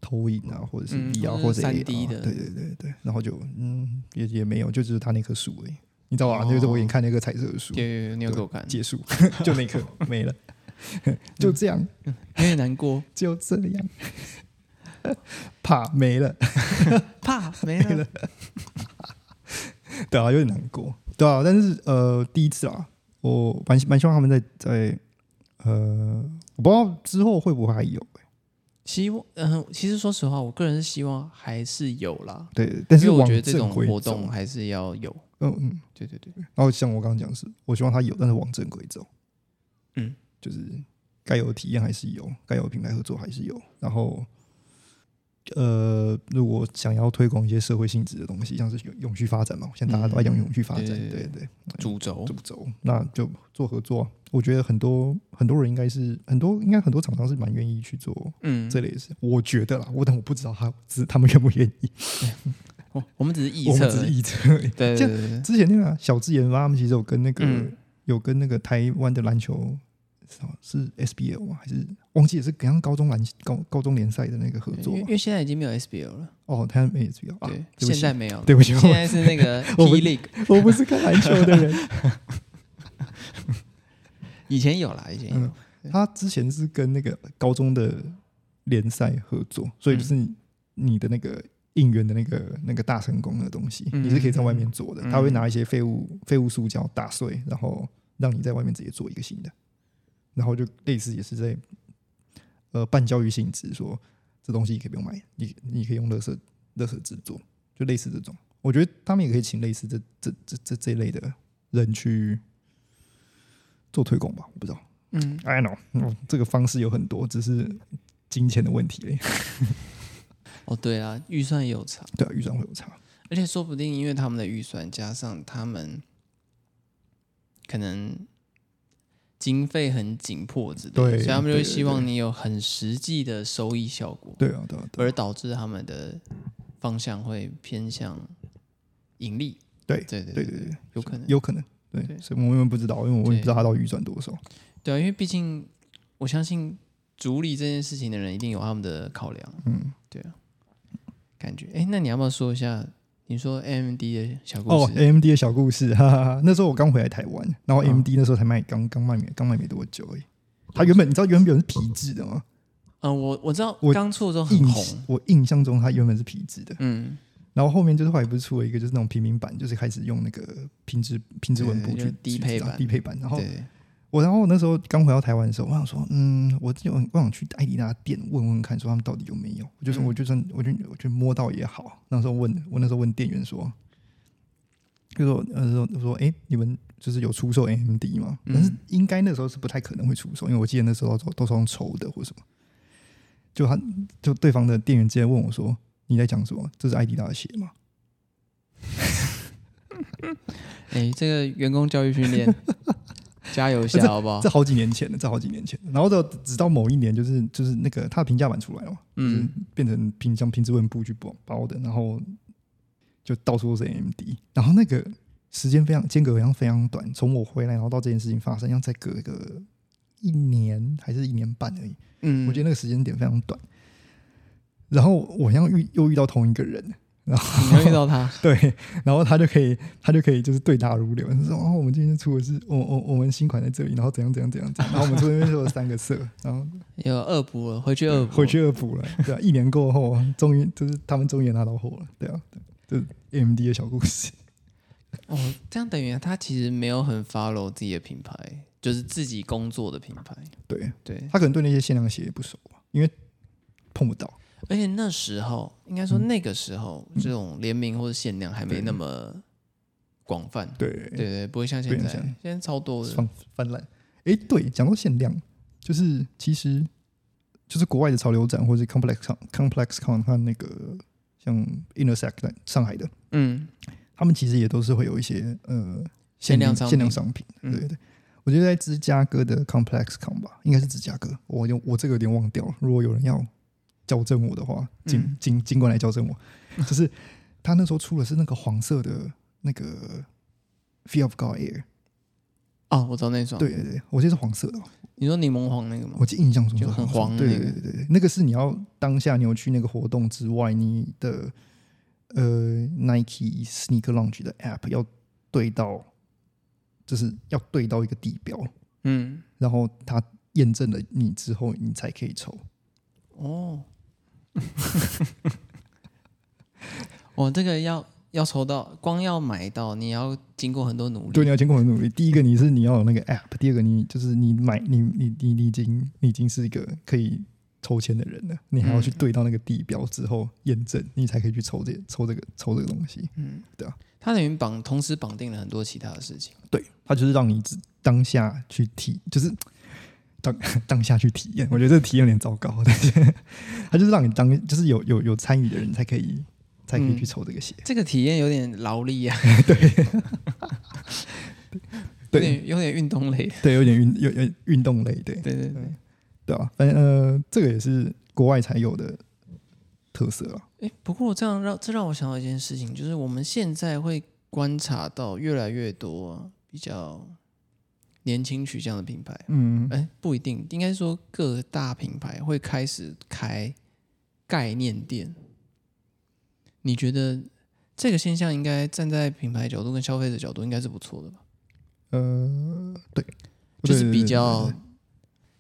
Speaker 1: 投影啊，或者是
Speaker 2: 嗯
Speaker 1: VR、
Speaker 2: 或者
Speaker 1: 或者
Speaker 2: 3D
Speaker 1: AR
Speaker 2: 的
Speaker 1: 对对对对。然后就嗯，也也没有，就只是他那棵树而已。你知道吧、
Speaker 2: 哦
Speaker 1: 就是我给你看那个彩色的树，
Speaker 2: 有有有，你有给我看，
Speaker 1: 结束， 就那一刻没了， 就这样，
Speaker 2: 有点难过，
Speaker 1: 就这样， 怕没了。
Speaker 2: 怕没了。
Speaker 1: 对啊，有点难过。对啊，但是呃，第一次啊，我蛮蛮希望他们在在呃，我不知道之后会不会还有、欸。
Speaker 2: 希望，嗯，其实说实话，我个人是希望还是有啦，
Speaker 1: 对，但是
Speaker 2: 因为我
Speaker 1: 往
Speaker 2: 觉得这
Speaker 1: 正
Speaker 2: 种
Speaker 1: 规
Speaker 2: 活
Speaker 1: 走
Speaker 2: 动，还是要有。
Speaker 1: 嗯嗯。
Speaker 2: 对对对，
Speaker 1: 然后像我刚刚讲的是，我希望他有，但是往正规走。
Speaker 2: 嗯，
Speaker 1: 就是该有的体验还是有，该有的品牌合作还是有。然后呃，如果想要推广一些社会性质的东西，像是永永续发展嘛，现在大家都在讲永续发展，
Speaker 2: 嗯对对
Speaker 1: 对对。
Speaker 2: 主轴
Speaker 1: 主轴，那就做合作啊。我觉得很多很多人应该是很多，应该很多厂商是蛮愿意去做
Speaker 2: 嗯，
Speaker 1: 这类的事。我觉得啦，我但我不知道他是他们 愿不愿意，
Speaker 2: 我哦我们只是臆
Speaker 1: 哦我
Speaker 2: 测
Speaker 1: 们
Speaker 2: 而
Speaker 1: 只是
Speaker 2: 已，
Speaker 1: 臆测而已。
Speaker 2: 对
Speaker 1: 这
Speaker 2: 对对对，对
Speaker 1: 之前那个啊小智研发，他们其实有跟那个、
Speaker 2: 嗯
Speaker 1: 有跟那个台湾的篮球什么是 SBL 吗？还是忘记也是好像高中篮高高中联赛的那个合
Speaker 2: 因
Speaker 1: 作
Speaker 2: 为因
Speaker 1: 嘛？
Speaker 2: 为现在已经没有 SBL 了，
Speaker 1: 哦，台湾没 SBL 啊，
Speaker 2: 对，
Speaker 1: 对不
Speaker 2: 现
Speaker 1: 起
Speaker 2: 在没有了，
Speaker 1: 对不起，
Speaker 2: 现
Speaker 1: 我
Speaker 2: 在是那个 P
Speaker 1: 我不
Speaker 2: League，
Speaker 1: 我不是看篮球的人。
Speaker 2: 以前有啦，以前有
Speaker 1: 嗯，他之前是跟那个高中的联赛合作，所以就是你你的那个应援的那个那个大成功的东西，
Speaker 2: 嗯
Speaker 1: 你是可以在外面做的。
Speaker 2: 嗯
Speaker 1: 他会拿一些废物废物塑胶打碎，然后让你在外面直接做一个新的，然后就类似也是在呃半教育性质，说这东西你可以不用买，你你可以用垃圾垃圾制作，就类似这种。我觉得他们也可以请类似这这这这这类的人去做推广吧，我不知道。
Speaker 2: 嗯，
Speaker 1: I know，、嗯、这个方式有很多，只是金钱的问题而已。
Speaker 2: 哦对啊，预算有差，
Speaker 1: 对啊，预算会有差。
Speaker 2: 而且说不定因为他们的预算加上他们可能经费很紧迫之类的，
Speaker 1: 对
Speaker 2: 所以他们就
Speaker 1: 对
Speaker 2: 会
Speaker 1: 对
Speaker 2: 希望你有很实际的收益效果，
Speaker 1: 对啊，对啊，对啊
Speaker 2: 而导致他们的方向会偏向盈利。
Speaker 1: 对
Speaker 2: 对对
Speaker 1: 对对对，
Speaker 2: 有可能
Speaker 1: 有可能。
Speaker 2: 对
Speaker 1: 对，所以我们不知道，因为我
Speaker 2: 对
Speaker 1: 也不知道他到底预算多少。
Speaker 2: 对啊，因为毕竟我相信主理这件事情的人一定有他们的考量。啊
Speaker 1: 嗯，
Speaker 2: 感觉。哎，那你要不要说一下？你说 AMD 的小故
Speaker 1: 哦
Speaker 2: 事？
Speaker 1: ，AMD 的小故事， 哈哈哈。那时候我刚回来台湾，然后
Speaker 2: 嗯
Speaker 1: AMD 那时候才卖刚刚卖没刚卖没多久而已。它原本你知道原本是皮质的吗？
Speaker 2: 嗯、我我知道
Speaker 1: 我
Speaker 2: 刚出的时候
Speaker 1: 印
Speaker 2: 很嗯红，
Speaker 1: 我印象中它原本是皮质的，
Speaker 2: 嗯，
Speaker 1: 然后后面就是后来不是出了一个就是那种平民版，就是开始用那个平质平质文
Speaker 2: 对
Speaker 1: 布
Speaker 2: 就是
Speaker 1: 去
Speaker 2: 低
Speaker 1: 去
Speaker 2: 配
Speaker 1: 制造
Speaker 2: 版
Speaker 1: 低配版，然后
Speaker 2: 对，
Speaker 1: 我然后我那时候刚回到台湾的时候，我想说，嗯，我就很我想去艾迪达店问问看，说他们到底有没有。我就说，
Speaker 2: 嗯
Speaker 1: 我就算我就我就摸到也好。那时候问，我那时候问店员说，就说呃说说，哎、你们就是有出售 AMD 吗？
Speaker 2: 嗯
Speaker 1: 但是应该那时候是不太可能会出售，因为我记得那时候都都是用抽的或什么。就他就对方的店员直接问我说：“你在讲什么？这是艾迪达的鞋吗
Speaker 2: 哎，这个员工教育训 练，加油一下好不好？”
Speaker 1: 这好几年前了，这好几年前了。然后到直到某一年，就是就是那个它的评价版出来了嘛。嗯
Speaker 2: 嗯，，
Speaker 1: 变成平像平质问布去包包的，然后就到处都是 AMD，然后那个时间非常间隔好像非常短，从我回来然后到这件事情发生，要再隔一个一年还是一年半而已，
Speaker 2: 嗯，
Speaker 1: 我觉
Speaker 2: 得
Speaker 1: 得那个时间点非常短。然后我好像遇又遇到同一个人，
Speaker 2: 你会遇到他，
Speaker 1: 对，然后他就可以他就可以就是对答如流，他说哦，我们今天出的是我我我们新款在这里，然后怎样怎样怎样怎样，然后我们这边说有三个色，然后
Speaker 2: 有恶补了，回去恶 补，
Speaker 1: 回去恶补了，对啊，一年过后，终于就是他们终于也拿到货了，对啊，这是 AMD 的小故事，
Speaker 2: 哦，这样等于他其实没有很 follow 自己的品牌，就是自己工作的品牌，
Speaker 1: 对
Speaker 2: 对。
Speaker 1: 他可能对那些限量鞋也不熟吧，因为碰不到，
Speaker 2: 而且那时候，应该说那个时候，这种联名或者限量还没
Speaker 1: 嗯对
Speaker 2: 那么广泛，
Speaker 1: 对，
Speaker 2: 对对，不会像现
Speaker 1: 不
Speaker 2: 在，
Speaker 1: 像现
Speaker 2: 现在超多的，
Speaker 1: 翻翻烂。诶，对，讲到限量，就是其实就是国外的潮流展或者 Complex Con Complex Con 和那个像 Intersect 在上海的，
Speaker 2: 嗯
Speaker 1: 他们其实也都是会有一些呃
Speaker 2: 限量商品
Speaker 1: 限量商品，
Speaker 2: 嗯
Speaker 1: 对对对。我觉得在芝加哥的 ComplexCon 吧，应该是芝加哥，我有我这个有点忘掉了。如果有人要矫正我的话，尽
Speaker 2: 嗯
Speaker 1: 尽尽管来矫正我。就是他那时候出的是那个黄色的那个 Fear of God Air，
Speaker 2: 哦，我知道那种。，
Speaker 1: 对对对，我记得是黄色的吧，
Speaker 2: 你说柠檬黄那个吗
Speaker 1: 我？记得印象中是
Speaker 2: 就很
Speaker 1: 色
Speaker 2: 黄的
Speaker 1: 对
Speaker 2: 那
Speaker 1: 对
Speaker 2: 个
Speaker 1: 对对对，那个是你要当下你有去那个活动之外，你的呃 Nike Sneaker Lounge 的 App 要对到，就是要对到一个地标，
Speaker 2: 嗯，
Speaker 1: 然后它验证了你之后，你才可以抽。
Speaker 2: 哦，我这个要要抽到，光要买到，你要经过很多努力。
Speaker 1: 对，你要经过很努力。第一个你是你要有那个 App，第二个你就是你买你你你你已经你已经是一个可以抽签的人了，你还要去
Speaker 2: 嗯
Speaker 1: 对到那个地标之后验证，你才可以去抽这抽这个抽这个东西。
Speaker 2: 嗯，
Speaker 1: 对啊，
Speaker 2: 它等于绑同时绑定了很多其他的事情。
Speaker 1: 对，它就是让你只当下去体，就是当当下去体验。我觉得这个体验有点糟糕，但是 它就是让你当，就是有有有参与的人才可以才可以去抽这个鞋。
Speaker 2: 这个体验有点劳力啊， 有
Speaker 1: 对
Speaker 2: 点有点运动类。
Speaker 1: 对，有点运有有运动类，对
Speaker 2: 对对对，
Speaker 1: 对吧、反正呃，这个也是国外才有的特色啊。
Speaker 2: 哎，不过这样让这让我想到一件事情，就是我们现在会观察到越来越多比较年轻取向的品牌。
Speaker 1: 嗯
Speaker 2: 哎，不一定，应该说各大品牌会开始开概念店。你觉得这个现象应该站在品牌角度跟消费者角度应该是不错的吧？
Speaker 1: 呃，对，
Speaker 2: 就是
Speaker 1: 对
Speaker 2: 比
Speaker 1: 对对
Speaker 2: 较
Speaker 1: 对，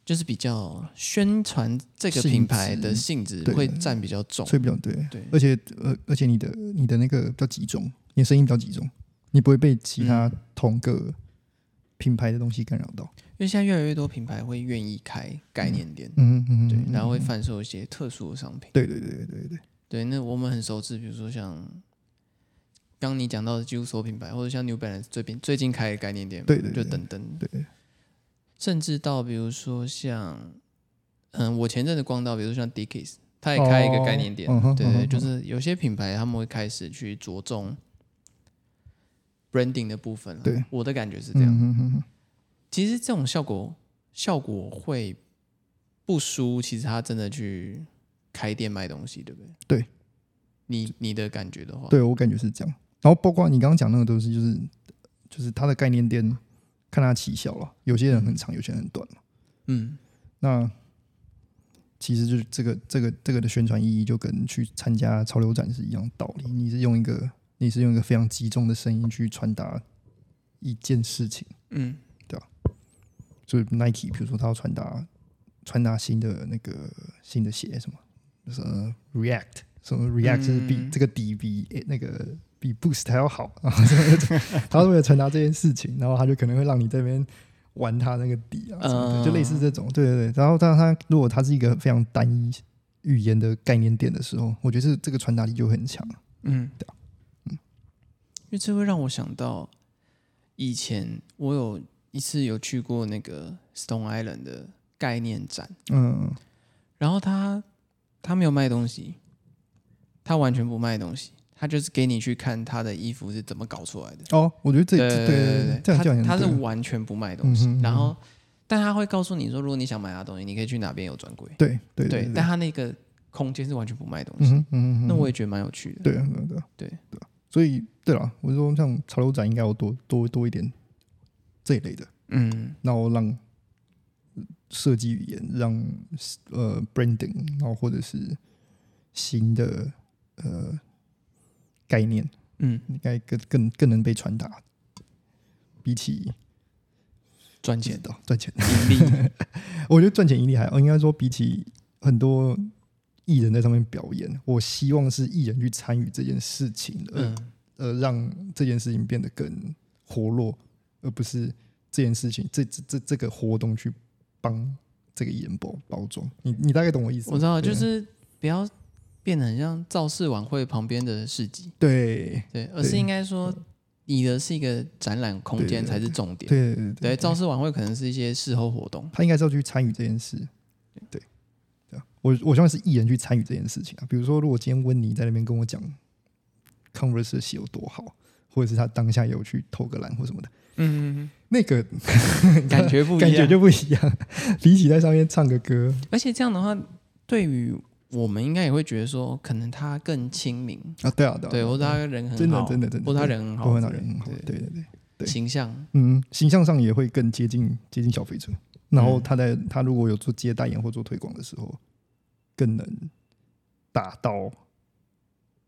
Speaker 2: 就是比较宣传这个
Speaker 1: 性
Speaker 2: 品牌
Speaker 1: 质
Speaker 2: 的性质
Speaker 1: 对
Speaker 2: 会占比较重
Speaker 1: 对。所以比较对，
Speaker 2: 对，
Speaker 1: 而且呃，而且你的你的那个比较集中，你的声音比较集中，你不会被其他同个品牌的东西干扰到。
Speaker 2: 因为现在越来越多品牌会愿意开概念店，
Speaker 1: 嗯嗯
Speaker 2: 对，然后会贩售一些特殊的商品。
Speaker 1: 对对对对对对，
Speaker 2: 对，那我们很熟知，比如说像刚刚你讲到的几乎所有品牌，或者像 New Balance 最近最近开的概念店嘛，
Speaker 1: 对对对
Speaker 2: 就等等，
Speaker 1: 对，
Speaker 2: 甚至到比如说像，嗯，我前阵子逛到，比如说像 Dickies，他也开一个概念店，
Speaker 1: 哦嗯哼
Speaker 2: 对
Speaker 1: 嗯
Speaker 2: 对，
Speaker 1: 哼
Speaker 2: 就是有些品牌他们会开始去着重 branding 的部分了，
Speaker 1: 对，
Speaker 2: 我的感觉是这样，
Speaker 1: 嗯嗯嗯，
Speaker 2: 其实这种效果效果会不输，其实他真的去开店卖东西，对不对？
Speaker 1: 对，
Speaker 2: 你你的感觉的话，，
Speaker 1: 对我感觉是这样。然后包括你刚刚讲那个东西，就是就是它的概念店，看它起效了，有些人很长，有些人很短嘛。
Speaker 2: 嗯，
Speaker 1: 那其实就是这个这个这个的宣传意义，就跟去参加潮流展是一样的道理。你是用一个你是用一个非常集中的声音去传达一件事情。
Speaker 2: 嗯，
Speaker 1: 就是 Nike，比如说他要传达传达新的那个新的鞋什么，就是呃 React，什么 React 就是比、
Speaker 2: 嗯
Speaker 1: 这个底比诶那个比 Boost 还要好， 然后就他是为了传达这件事情，然后他就可能会让你这边玩他那个底啊什么的，
Speaker 2: 嗯
Speaker 1: 就类似这种，对对对。然后当然他如果他是一个非常单一语言的概念点的时候，我觉得这这个传达力就会很强。
Speaker 2: 嗯，对，嗯，因为这会让我想到以前我有一次有去过那个 Stone Island 的概念展，
Speaker 1: 嗯
Speaker 2: 然后他他没有卖东西，他完全不卖东西，他就是给你去看他的衣服是怎么搞出来的。
Speaker 1: 哦，我觉得这
Speaker 2: 对
Speaker 1: 这
Speaker 2: 对
Speaker 1: 对
Speaker 2: 对
Speaker 1: 这样这样
Speaker 2: 对，
Speaker 1: 也
Speaker 2: 他他是
Speaker 1: 对嗯
Speaker 2: 完全不卖东西
Speaker 1: 嗯哼嗯，哼
Speaker 2: 然后但他会告诉你说，如果你想买他的东西，你可以去哪边有专柜，
Speaker 1: 对对
Speaker 2: 对，
Speaker 1: 对，
Speaker 2: 但他那个空间是完全不卖东
Speaker 1: 嗯
Speaker 2: 西，
Speaker 1: 哼嗯哼，
Speaker 2: 那我也觉得蛮有趣的，
Speaker 1: 对啊，对啊对啊
Speaker 2: 对
Speaker 1: 对啊，所以对啦，我说像潮流展应该要多多多一点这一类的，
Speaker 2: 嗯
Speaker 1: 然后让呃设计语言，让呃 branding，然后或者是新的呃概念，
Speaker 2: 嗯，
Speaker 1: 应该更更更能被传达，比起
Speaker 2: 赚
Speaker 1: 不知
Speaker 2: 钱
Speaker 1: 道赚钱，
Speaker 2: 盈利，
Speaker 1: 我觉得赚钱盈利还好，应该说比起很多。艺人在上面表演，我希望是艺人去参与这件事情的，
Speaker 2: 嗯
Speaker 1: 呃，让这件事情变得更活络，而不是这件事情这这这这个活动去帮这个艺人包包装。你你大概懂我意思吗？
Speaker 2: 我知道，
Speaker 1: 对
Speaker 2: 就是不要变得很像造势晚会旁边的市集，
Speaker 1: 对
Speaker 2: 对，而是
Speaker 1: 对
Speaker 2: 应该说你的是一个展览空间
Speaker 1: 对对
Speaker 2: 才是重点，
Speaker 1: 对对对，
Speaker 2: 对，造势晚会可能是一些事后活动，
Speaker 1: 他应该是要去参与这件事。对对啊，我我希望是艺人去参与这件事情啊。比如说，如果今天温妮在那边跟我讲 Converse 写有多好，或者是他当下有去偷个懒或什么的，
Speaker 2: 嗯，
Speaker 1: 那个
Speaker 2: 感觉不一样，
Speaker 1: 感觉就不一样。 比起在上面唱个歌，
Speaker 2: 而且这样的话，对于我们应该也会觉得说，可能他更亲民，
Speaker 1: 啊，对啊，对啊，
Speaker 2: 对，或者他人很好，
Speaker 1: 真的真的真的
Speaker 2: 或者他人很好，
Speaker 1: 都很好，人嗯很好，
Speaker 2: 对
Speaker 1: 对对对，对
Speaker 2: 形象，
Speaker 1: 嗯，形象上也会更接近接近小肥猪。然后他在他如果有做接代言或做推广的时候，更能达到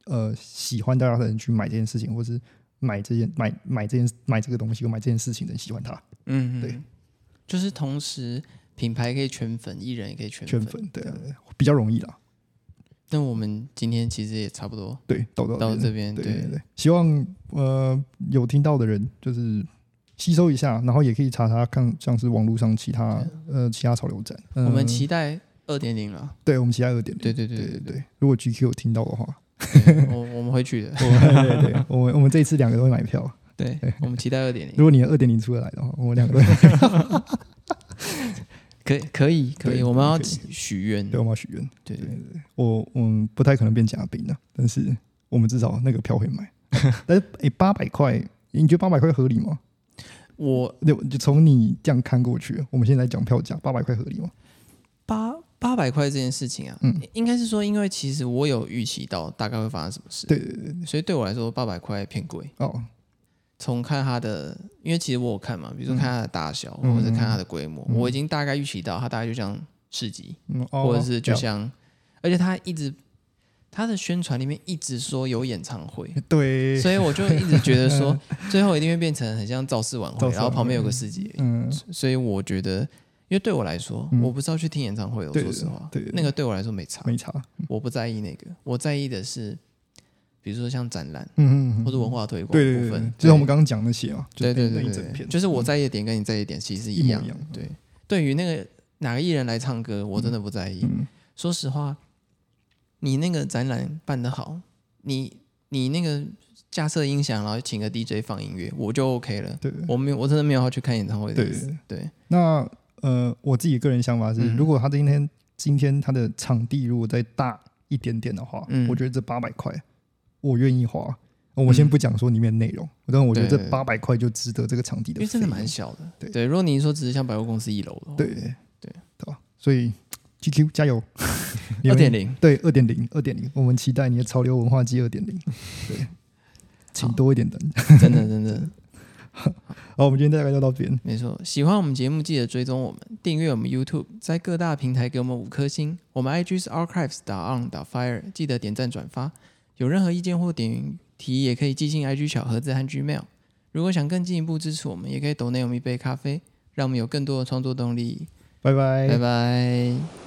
Speaker 1: 呃喜欢大家的人去买这件事情，或是买这件买买这件买这个东西，或买这件事情的人喜欢他
Speaker 2: 嗯，
Speaker 1: 对，
Speaker 2: 就是同时品牌可以圈粉，艺人也可以圈
Speaker 1: 圈粉，对，啊比较容易啦。
Speaker 2: 那我们今天其实也差不多
Speaker 1: 对，到到
Speaker 2: 到这边，
Speaker 1: 哦对对对，希望呃有听到的人就是吸收一下，然后也可以查查看，像是网络上其他呃其他潮流展，呃
Speaker 2: 我们期待二点零 了，
Speaker 1: 对我们期待二点
Speaker 2: 对对对
Speaker 1: 对对
Speaker 2: 对
Speaker 1: 对，如果 GQ 有听到的话，
Speaker 2: 对，嗯我我们会去的，
Speaker 1: 我们对对对，我们我们这一次两个都会买票。
Speaker 2: 对，我们期待二点
Speaker 1: 如
Speaker 2: 零，
Speaker 1: 果你二点零出得来的话，我们两个都会，
Speaker 2: 可以可以可以，
Speaker 1: 对
Speaker 2: 我们要
Speaker 1: 可以
Speaker 2: 许 愿，
Speaker 1: 对，我们要许愿。
Speaker 2: 对对
Speaker 1: 我嗯不太可能变嘉宾的，但是我们至少那个票会买。 但是诶，八百块，你觉得八百块合理吗？
Speaker 2: 我
Speaker 1: 对，就从你这样看过去，我们现在讲票价八百块合理吗？
Speaker 2: 八八百块这件事情啊，
Speaker 1: 嗯
Speaker 2: 应该是说，因为其实我有预期到大概会发生什么事，
Speaker 1: 对对对对，
Speaker 2: 所以对我来说八百块偏贵。
Speaker 1: 哦，
Speaker 2: 从看它的，因为其实我有看嘛，比如说看它的大小，
Speaker 1: 嗯
Speaker 2: 或者是看它的规模，
Speaker 1: 嗯
Speaker 2: 我已经大概预期到它大概就像市集，
Speaker 1: 嗯，哦
Speaker 2: 或者是就
Speaker 1: 了
Speaker 2: 像，而且它一直它的宣传里面一直说有演唱会，
Speaker 1: 对，
Speaker 2: 所以我就一直觉 得说，最后一定会变成很像造势晚
Speaker 1: 造势晚
Speaker 2: 会，
Speaker 1: 会
Speaker 2: 然后旁边有个市集，
Speaker 1: 嗯，
Speaker 2: 所以我觉得。因为对我来说，
Speaker 1: 嗯
Speaker 2: 我不是要去听演唱会的。我
Speaker 1: 对
Speaker 2: 说实话，
Speaker 1: 对对
Speaker 2: 那个对我来说没差，
Speaker 1: 没差，
Speaker 2: 我不在意那个，我在意的是，比如说像展览
Speaker 1: 嗯嗯嗯，
Speaker 2: 或者文化推广
Speaker 1: 对
Speaker 2: 部
Speaker 1: 对对
Speaker 2: 分
Speaker 1: 对，，就是我们刚刚讲那些嘛，就
Speaker 2: 对
Speaker 1: 是
Speaker 2: 对
Speaker 1: 那
Speaker 2: 对
Speaker 1: 一
Speaker 2: 对
Speaker 1: 整
Speaker 2: 对，
Speaker 1: 片，嗯
Speaker 2: 就是我在意的点跟你在意的点其实是
Speaker 1: 一模
Speaker 2: 样
Speaker 1: 一
Speaker 2: 的
Speaker 1: 样。嗯
Speaker 2: 对，对于那个哪个艺人来唱歌，我真的不在意。
Speaker 1: 嗯，
Speaker 2: 说实话，你那个展览办得好，你你那个架设音响，然后请个 DJ 放音乐，我就 OK 了。
Speaker 1: 对对对
Speaker 2: 我没有，我真的没有要去看演唱会的
Speaker 1: 对
Speaker 2: 意思。
Speaker 1: 嗯对。
Speaker 2: 对，
Speaker 1: 那呃，我自己个人想法是，
Speaker 2: 嗯
Speaker 1: 如果他今天今天他的场地如果再大一点点的话，
Speaker 2: 嗯
Speaker 1: 我觉得这八百块我愿意花。我先不讲说里面内容，但我觉得
Speaker 2: 对
Speaker 1: 这八百块就值得这个场地
Speaker 2: 因
Speaker 1: 的
Speaker 2: 为
Speaker 1: 费用，
Speaker 2: 真的蛮小的。
Speaker 1: 对
Speaker 2: 对，如果你说只是像百货公司一楼的话，
Speaker 1: 对
Speaker 2: 对
Speaker 1: 对吧？所以 GQ 加 油，你
Speaker 2: 二
Speaker 1: 们
Speaker 2: 点 零，
Speaker 1: 对二点零二点零，我们期待你的潮流文化季二点零，对，请多一点灯。
Speaker 2: 真的真的
Speaker 1: 好，我们今天大概就到这边，
Speaker 2: 没错，喜欢我们节目记得追踪我们，订阅我们 YouTube，在各大平台给我们五颗星。我们 IG 是 archives 打 on 打 fire，记得点赞转发。有任何意见或点题，也可以寄信 IG 小盒子和 Gmail。如果想更进一步支持我
Speaker 1: 哎
Speaker 2: 们，也可以 donate 我们一杯咖啡，让我们有更多的创作动力。
Speaker 1: 拜拜
Speaker 2: 拜拜。